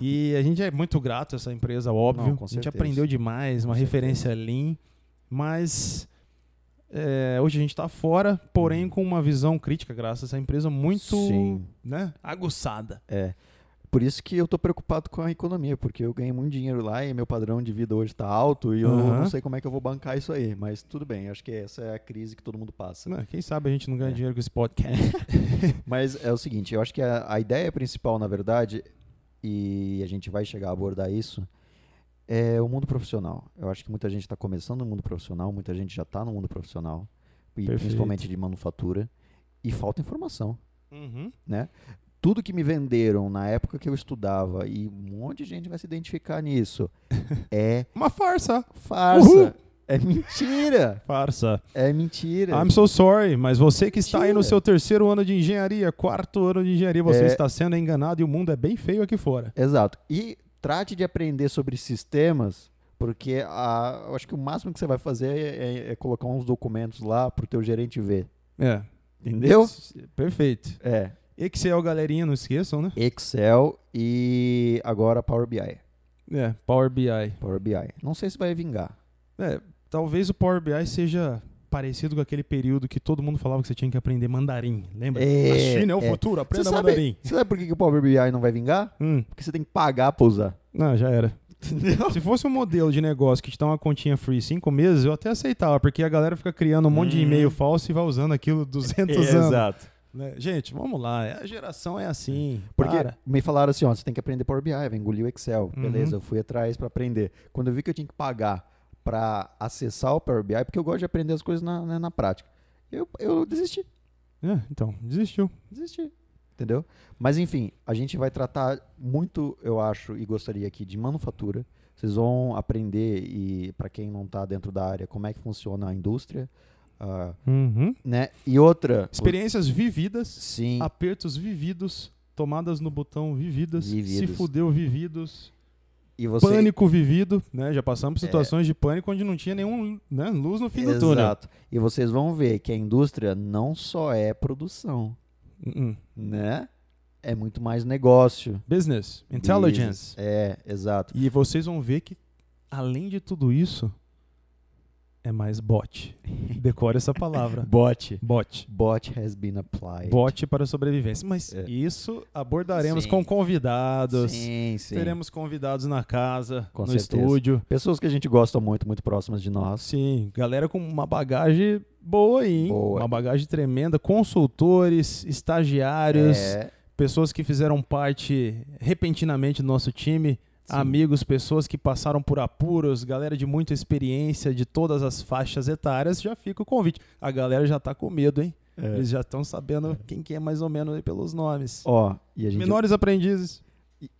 Speaker 1: E a gente é muito grato a essa empresa, óbvio.
Speaker 2: Não, com
Speaker 1: a gente
Speaker 2: certeza.
Speaker 1: aprendeu demais, uma
Speaker 2: Com
Speaker 1: referência Lean. Mas é, hoje a gente está fora,
Speaker 2: Hum.
Speaker 1: porém com uma visão crítica, graças a essa empresa, muito
Speaker 2: Sim.
Speaker 1: né, aguçada.
Speaker 2: Por isso que eu tô preocupado com a economia, porque eu ganhei muito dinheiro lá e meu padrão de vida hoje tá alto e eu
Speaker 1: Aham.
Speaker 2: não sei como é que eu vou bancar isso aí. Mas tudo bem, acho que essa é a crise que todo mundo passa.
Speaker 1: Mano, Quem sabe a gente não ganha
Speaker 2: É.
Speaker 1: dinheiro com esse podcast.
Speaker 2: Mas é o seguinte, eu acho que a, a ideia principal, na verdade, e a gente vai chegar a abordar isso, é o mundo profissional. Eu acho que muita gente está começando no mundo profissional, muita gente já está no mundo profissional, e
Speaker 1: Perfeito.
Speaker 2: principalmente de manufatura, e falta informação.
Speaker 1: Uhum.
Speaker 2: Tudo que me venderam na época que eu estudava, e um monte de gente vai se identificar nisso, é
Speaker 1: Uma farsa.
Speaker 2: farsa.
Speaker 1: Uhul.
Speaker 2: É mentira.
Speaker 1: Farsa.
Speaker 2: É mentira.
Speaker 1: I'm so sorry, mas você que está aí no
Speaker 2: Mentira.
Speaker 1: seu terceiro ano de engenharia, quarto ano de engenharia, você
Speaker 2: É.
Speaker 1: está sendo enganado e o mundo é bem feio aqui fora.
Speaker 2: Exato. E trate de aprender sobre sistemas, porque a, eu acho que o máximo que você vai fazer é, é- é colocar uns documentos lá pro teu gerente ver.
Speaker 1: É.
Speaker 2: Entendeu?
Speaker 1: Perfeito.
Speaker 2: É.
Speaker 1: Excel, galerinha, não esqueçam, né?
Speaker 2: Excel e agora Power BI.
Speaker 1: É, Power BI.
Speaker 2: Power BI. Não sei se vai vingar.
Speaker 1: É, talvez o Power BI seja parecido com aquele período que todo mundo falava que você tinha que aprender mandarim, lembra?
Speaker 2: É,
Speaker 1: a China é o
Speaker 2: é.
Speaker 1: futuro,
Speaker 2: Você
Speaker 1: aprenda mandarim.
Speaker 2: sabe, você sabe por que, que o Power BI não vai vingar?
Speaker 1: Hum,
Speaker 2: Porque você tem que pagar pra usar.
Speaker 1: não, já era.
Speaker 2: Entendeu?
Speaker 1: Se fosse um modelo de negócio que te dá uma continha free cinco meses, eu até aceitava, porque a galera fica criando um monte de
Speaker 2: Hum.
Speaker 1: e-mail falso e vai usando aquilo 200 anos.
Speaker 2: Exato.
Speaker 1: né? Gente, vamos lá, a geração é assim.
Speaker 2: Porque
Speaker 1: para.
Speaker 2: me falaram assim, ó, você tem que aprender Power BI, vai engolir o Excel.
Speaker 1: Uhum.
Speaker 2: Beleza, eu fui atrás pra aprender. Quando eu vi que eu tinha que pagar pra acessar o Power BI, porque eu gosto de aprender as coisas na, né, na prática, eu, eu desisti,
Speaker 1: É, então, desistiu.
Speaker 2: desisti. Entendeu? Mas enfim, a gente vai tratar muito, eu acho, e gostaria aqui de manufatura. Vocês vão aprender, e pra quem não tá dentro da área, como é que funciona a indústria. ah,
Speaker 1: Uhum.
Speaker 2: né? E outra.
Speaker 1: Experiências vividas,
Speaker 2: Sim.
Speaker 1: apertos vividos, tomadas no botão vividas,
Speaker 2: Vividos.
Speaker 1: se fudeu vividos,
Speaker 2: E você. É.
Speaker 1: pânico vivido, né? Já passamos por situações de pânico onde não tinha nenhum né, luz no fim do túnel.
Speaker 2: Exato. E vocês vão ver que a indústria não só é produção,
Speaker 1: Uh-uh.
Speaker 2: né? É muito mais negócio.
Speaker 1: Business,
Speaker 2: Business.
Speaker 1: intelligence.
Speaker 2: É, exato.
Speaker 1: E vocês vão ver que, além de tudo isso, é mais bot. Decore essa palavra.
Speaker 2: Bot.
Speaker 1: Bot.
Speaker 2: Bot has been applied.
Speaker 1: Bot para a sobrevivência. Mas
Speaker 2: É.
Speaker 1: isso abordaremos
Speaker 2: Sim.
Speaker 1: com convidados.
Speaker 2: Sim, sim.
Speaker 1: Teremos convidados na casa,
Speaker 2: Com
Speaker 1: no
Speaker 2: certeza.
Speaker 1: estúdio.
Speaker 2: Pessoas que a gente gosta muito, muito próximas de nós.
Speaker 1: Sim, galera com uma bagagem boa aí, hein?
Speaker 2: Boa.
Speaker 1: Uma bagagem tremenda. Consultores, estagiários,
Speaker 2: É,
Speaker 1: pessoas que fizeram parte repentinamente do nosso time.
Speaker 2: sim.
Speaker 1: amigos, pessoas que passaram por apuros, galera de muita experiência, de todas as faixas etárias, já fica o convite. A galera já tá com medo, hein?
Speaker 2: É.
Speaker 1: Eles já estão sabendo quem que é mais ou menos aí pelos nomes.
Speaker 2: Ó, e a gente.
Speaker 1: Menores aprendizes.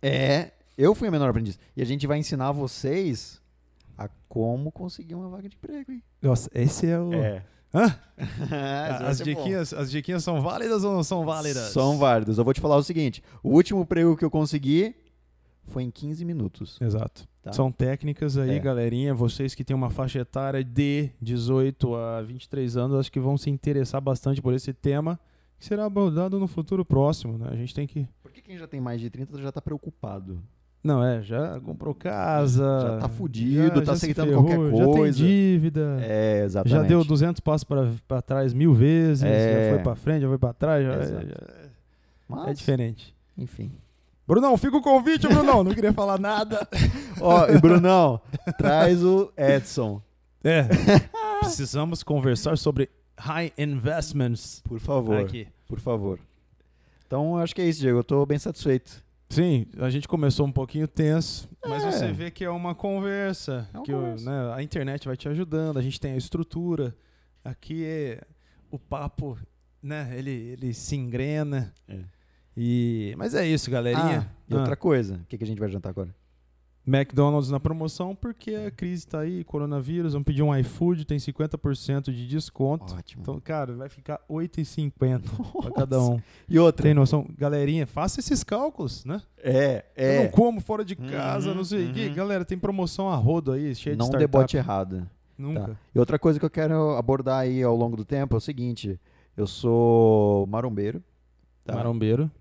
Speaker 2: É, eu fui a menor aprendiz. E a gente vai ensinar vocês a como conseguir uma vaga de emprego, hein?
Speaker 1: Nossa, esse é o. Hã? as, diquinhas, as diquinhas são válidas ou não são válidas?
Speaker 2: é São válidas. Eu vou te falar o seguinte: o último prego que eu consegui foi em 15 minutos.
Speaker 1: Exato.
Speaker 2: Tá.
Speaker 1: São técnicas aí,
Speaker 2: É.
Speaker 1: galerinha. Vocês que têm uma faixa etária de 18 a 23 anos, acho que vão se interessar bastante por esse tema, que será abordado no futuro próximo, né? A gente tem que
Speaker 2: Por que quem já tem mais de 30 já tá preocupado?
Speaker 1: Não, é, já comprou casa.
Speaker 2: Já tá fudido, tá
Speaker 1: se
Speaker 2: aceitando
Speaker 1: ferrou,
Speaker 2: qualquer
Speaker 1: Já tem
Speaker 2: coisa.
Speaker 1: dívida.
Speaker 2: É, exatamente.
Speaker 1: já deu 200 passos pra, pra trás mil vezes.
Speaker 2: É.
Speaker 1: Já foi pra frente, já foi pra trás. já-
Speaker 2: Exato.
Speaker 1: já-
Speaker 2: Mas,
Speaker 1: é diferente.
Speaker 2: Enfim.
Speaker 1: Brunão, fica o convite, Brunão. Não queria falar nada.
Speaker 2: Ó, e Brunão, traz o Edson,
Speaker 1: É. Precisamos conversar sobre high investments
Speaker 2: por favor.
Speaker 1: aqui.
Speaker 2: Por favor. Então, acho que é isso, Diego. Eu tô bem satisfeito.
Speaker 1: Sim, a gente começou um pouquinho tenso, mas
Speaker 2: É.
Speaker 1: você vê que é uma conversa.
Speaker 2: É uma
Speaker 1: que o-
Speaker 2: conversa.
Speaker 1: né, a internet vai te ajudando, a gente tem a estrutura. Aqui é o papo, né? Ele, ele se engrena.
Speaker 2: É.
Speaker 1: E, mas é isso, galerinha.
Speaker 2: Ah, e outra
Speaker 1: Ah,
Speaker 2: coisa. O que, que a gente vai jantar agora?
Speaker 1: McDonald's na promoção, porque
Speaker 2: É.
Speaker 1: a crise tá aí, coronavírus, vamos pedir um iFood, tem 50% de desconto.
Speaker 2: Ótimo.
Speaker 1: Então, cara, vai ficar 8,50 pra cada um.
Speaker 2: E outra.
Speaker 1: Tem noção? Galerinha, faça esses cálculos, né?
Speaker 2: É,
Speaker 1: Eu
Speaker 2: é.
Speaker 1: não como fora de casa,
Speaker 2: Uhum,
Speaker 1: não sei o quê.
Speaker 2: uhum.
Speaker 1: Galera, tem promoção a rodo aí, cheia de
Speaker 2: Não
Speaker 1: startup.
Speaker 2: debote errado.
Speaker 1: Nunca. Tá.
Speaker 2: Tá. E outra coisa que eu quero abordar aí ao longo do tempo é o seguinte: Eu sou marombeiro. tá?
Speaker 1: Marombeiro.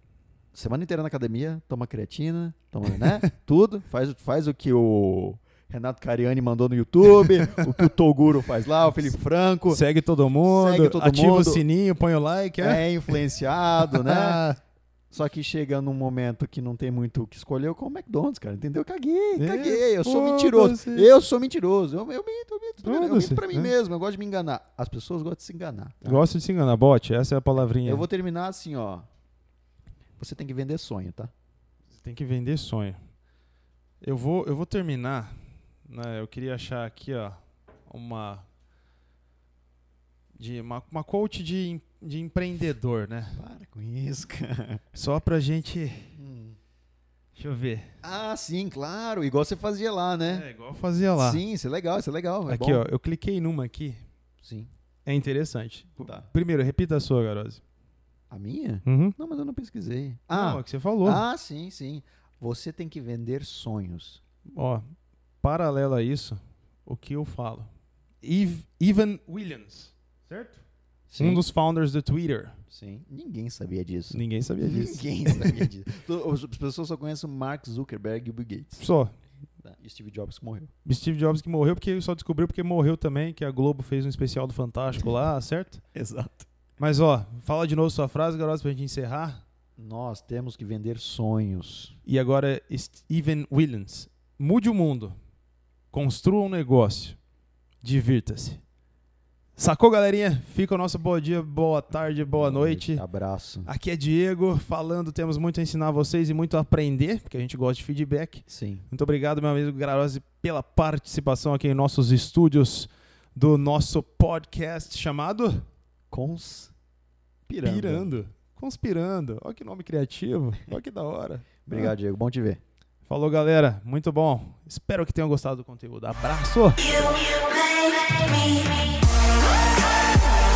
Speaker 2: Semana inteira na academia, toma creatina, toma, né? Tudo. Faz, faz o que o Renato Cariani mandou no YouTube, o que o Toguro faz lá, o Felipe Franco.
Speaker 1: Segue todo mundo,
Speaker 2: Segue todo
Speaker 1: ativa
Speaker 2: mundo.
Speaker 1: o sininho, põe o like. É,
Speaker 2: É influenciado, né?
Speaker 1: Ah,
Speaker 2: Só que chega num momento que não tem muito o que escolher, eu como McDonald's, cara, entendeu? Eu Caguei,
Speaker 1: É,
Speaker 2: caguei, eu sou
Speaker 1: foda-se.
Speaker 2: mentiroso. Eu sou mentiroso, eu, eu minto, eu minto, pra- eu
Speaker 1: Foda-se,
Speaker 2: minto pra mim
Speaker 1: né?
Speaker 2: mesmo, eu gosto de me enganar. As pessoas gostam de se enganar. tá?
Speaker 1: Gosto de se enganar, bote, essa é a palavrinha.
Speaker 2: Eu vou terminar assim, ó. Você tem que vender sonho, tá?
Speaker 1: Você tem que vender sonho. Eu vou, eu vou terminar. né, Eu queria achar aqui, ó, uma de uma, uma coach de, em- de empreendedor, né?
Speaker 2: Para com isso, cara.
Speaker 1: Só pra gente.
Speaker 2: Hum.
Speaker 1: Deixa eu ver.
Speaker 2: Ah, sim, claro, igual você fazia lá, né?
Speaker 1: É, igual eu fazia lá.
Speaker 2: Sim, isso é legal, isso é legal. É
Speaker 1: aqui,
Speaker 2: bom.
Speaker 1: ó, eu cliquei numa aqui.
Speaker 2: Sim,
Speaker 1: É interessante.
Speaker 2: tá.
Speaker 1: Primeiro, repita a sua, Garose.
Speaker 2: A minha?
Speaker 1: Uhum.
Speaker 2: Não, mas eu não pesquisei.
Speaker 1: Ah,
Speaker 2: Ah,
Speaker 1: que você falou.
Speaker 2: ah sim, sim. Você tem que vender sonhos.
Speaker 1: Ó, paralelo a isso, o que eu falo? Eve- Evan Williams, certo?
Speaker 2: Sim.
Speaker 1: Um dos founders do Twitter.
Speaker 2: Sim. Ninguém sabia disso.
Speaker 1: Ninguém sabia disso.
Speaker 2: Ninguém sabia disso. To- As pessoas só conhecem o Mark Zuckerberg e o Bill Gates.
Speaker 1: Só.
Speaker 2: Tá, E o Steve Jobs que morreu.
Speaker 1: Steve Jobs que morreu, porque só descobriu porque morreu também, que a Globo fez um especial do Fantástico lá, certo?
Speaker 2: Exato.
Speaker 1: Mas ó, fala de novo sua frase, garoto, pra gente encerrar.
Speaker 2: Nós temos que vender sonhos.
Speaker 1: E agora, Steven Williams. Mude o mundo. Construa um negócio. Divirta-se. Sacou, galerinha? Fica o nosso bom dia, boa tarde, boa noite.
Speaker 2: tá Abraço.
Speaker 1: Aqui é Diego falando, temos muito a ensinar vocês e muito a aprender, porque a gente gosta de feedback.
Speaker 2: Sim.
Speaker 1: Muito obrigado, meu amigo Garose, pela participação aqui em nossos estúdios do nosso podcast chamado
Speaker 2: Conspirando.
Speaker 1: Pirando. Conspirando. Olha que nome criativo. Olha que da hora.
Speaker 2: Obrigado, Diego. Bom te ver.
Speaker 1: Falou, galera. Muito bom. Espero que tenham gostado do conteúdo. Abraço!
Speaker 3: You make me.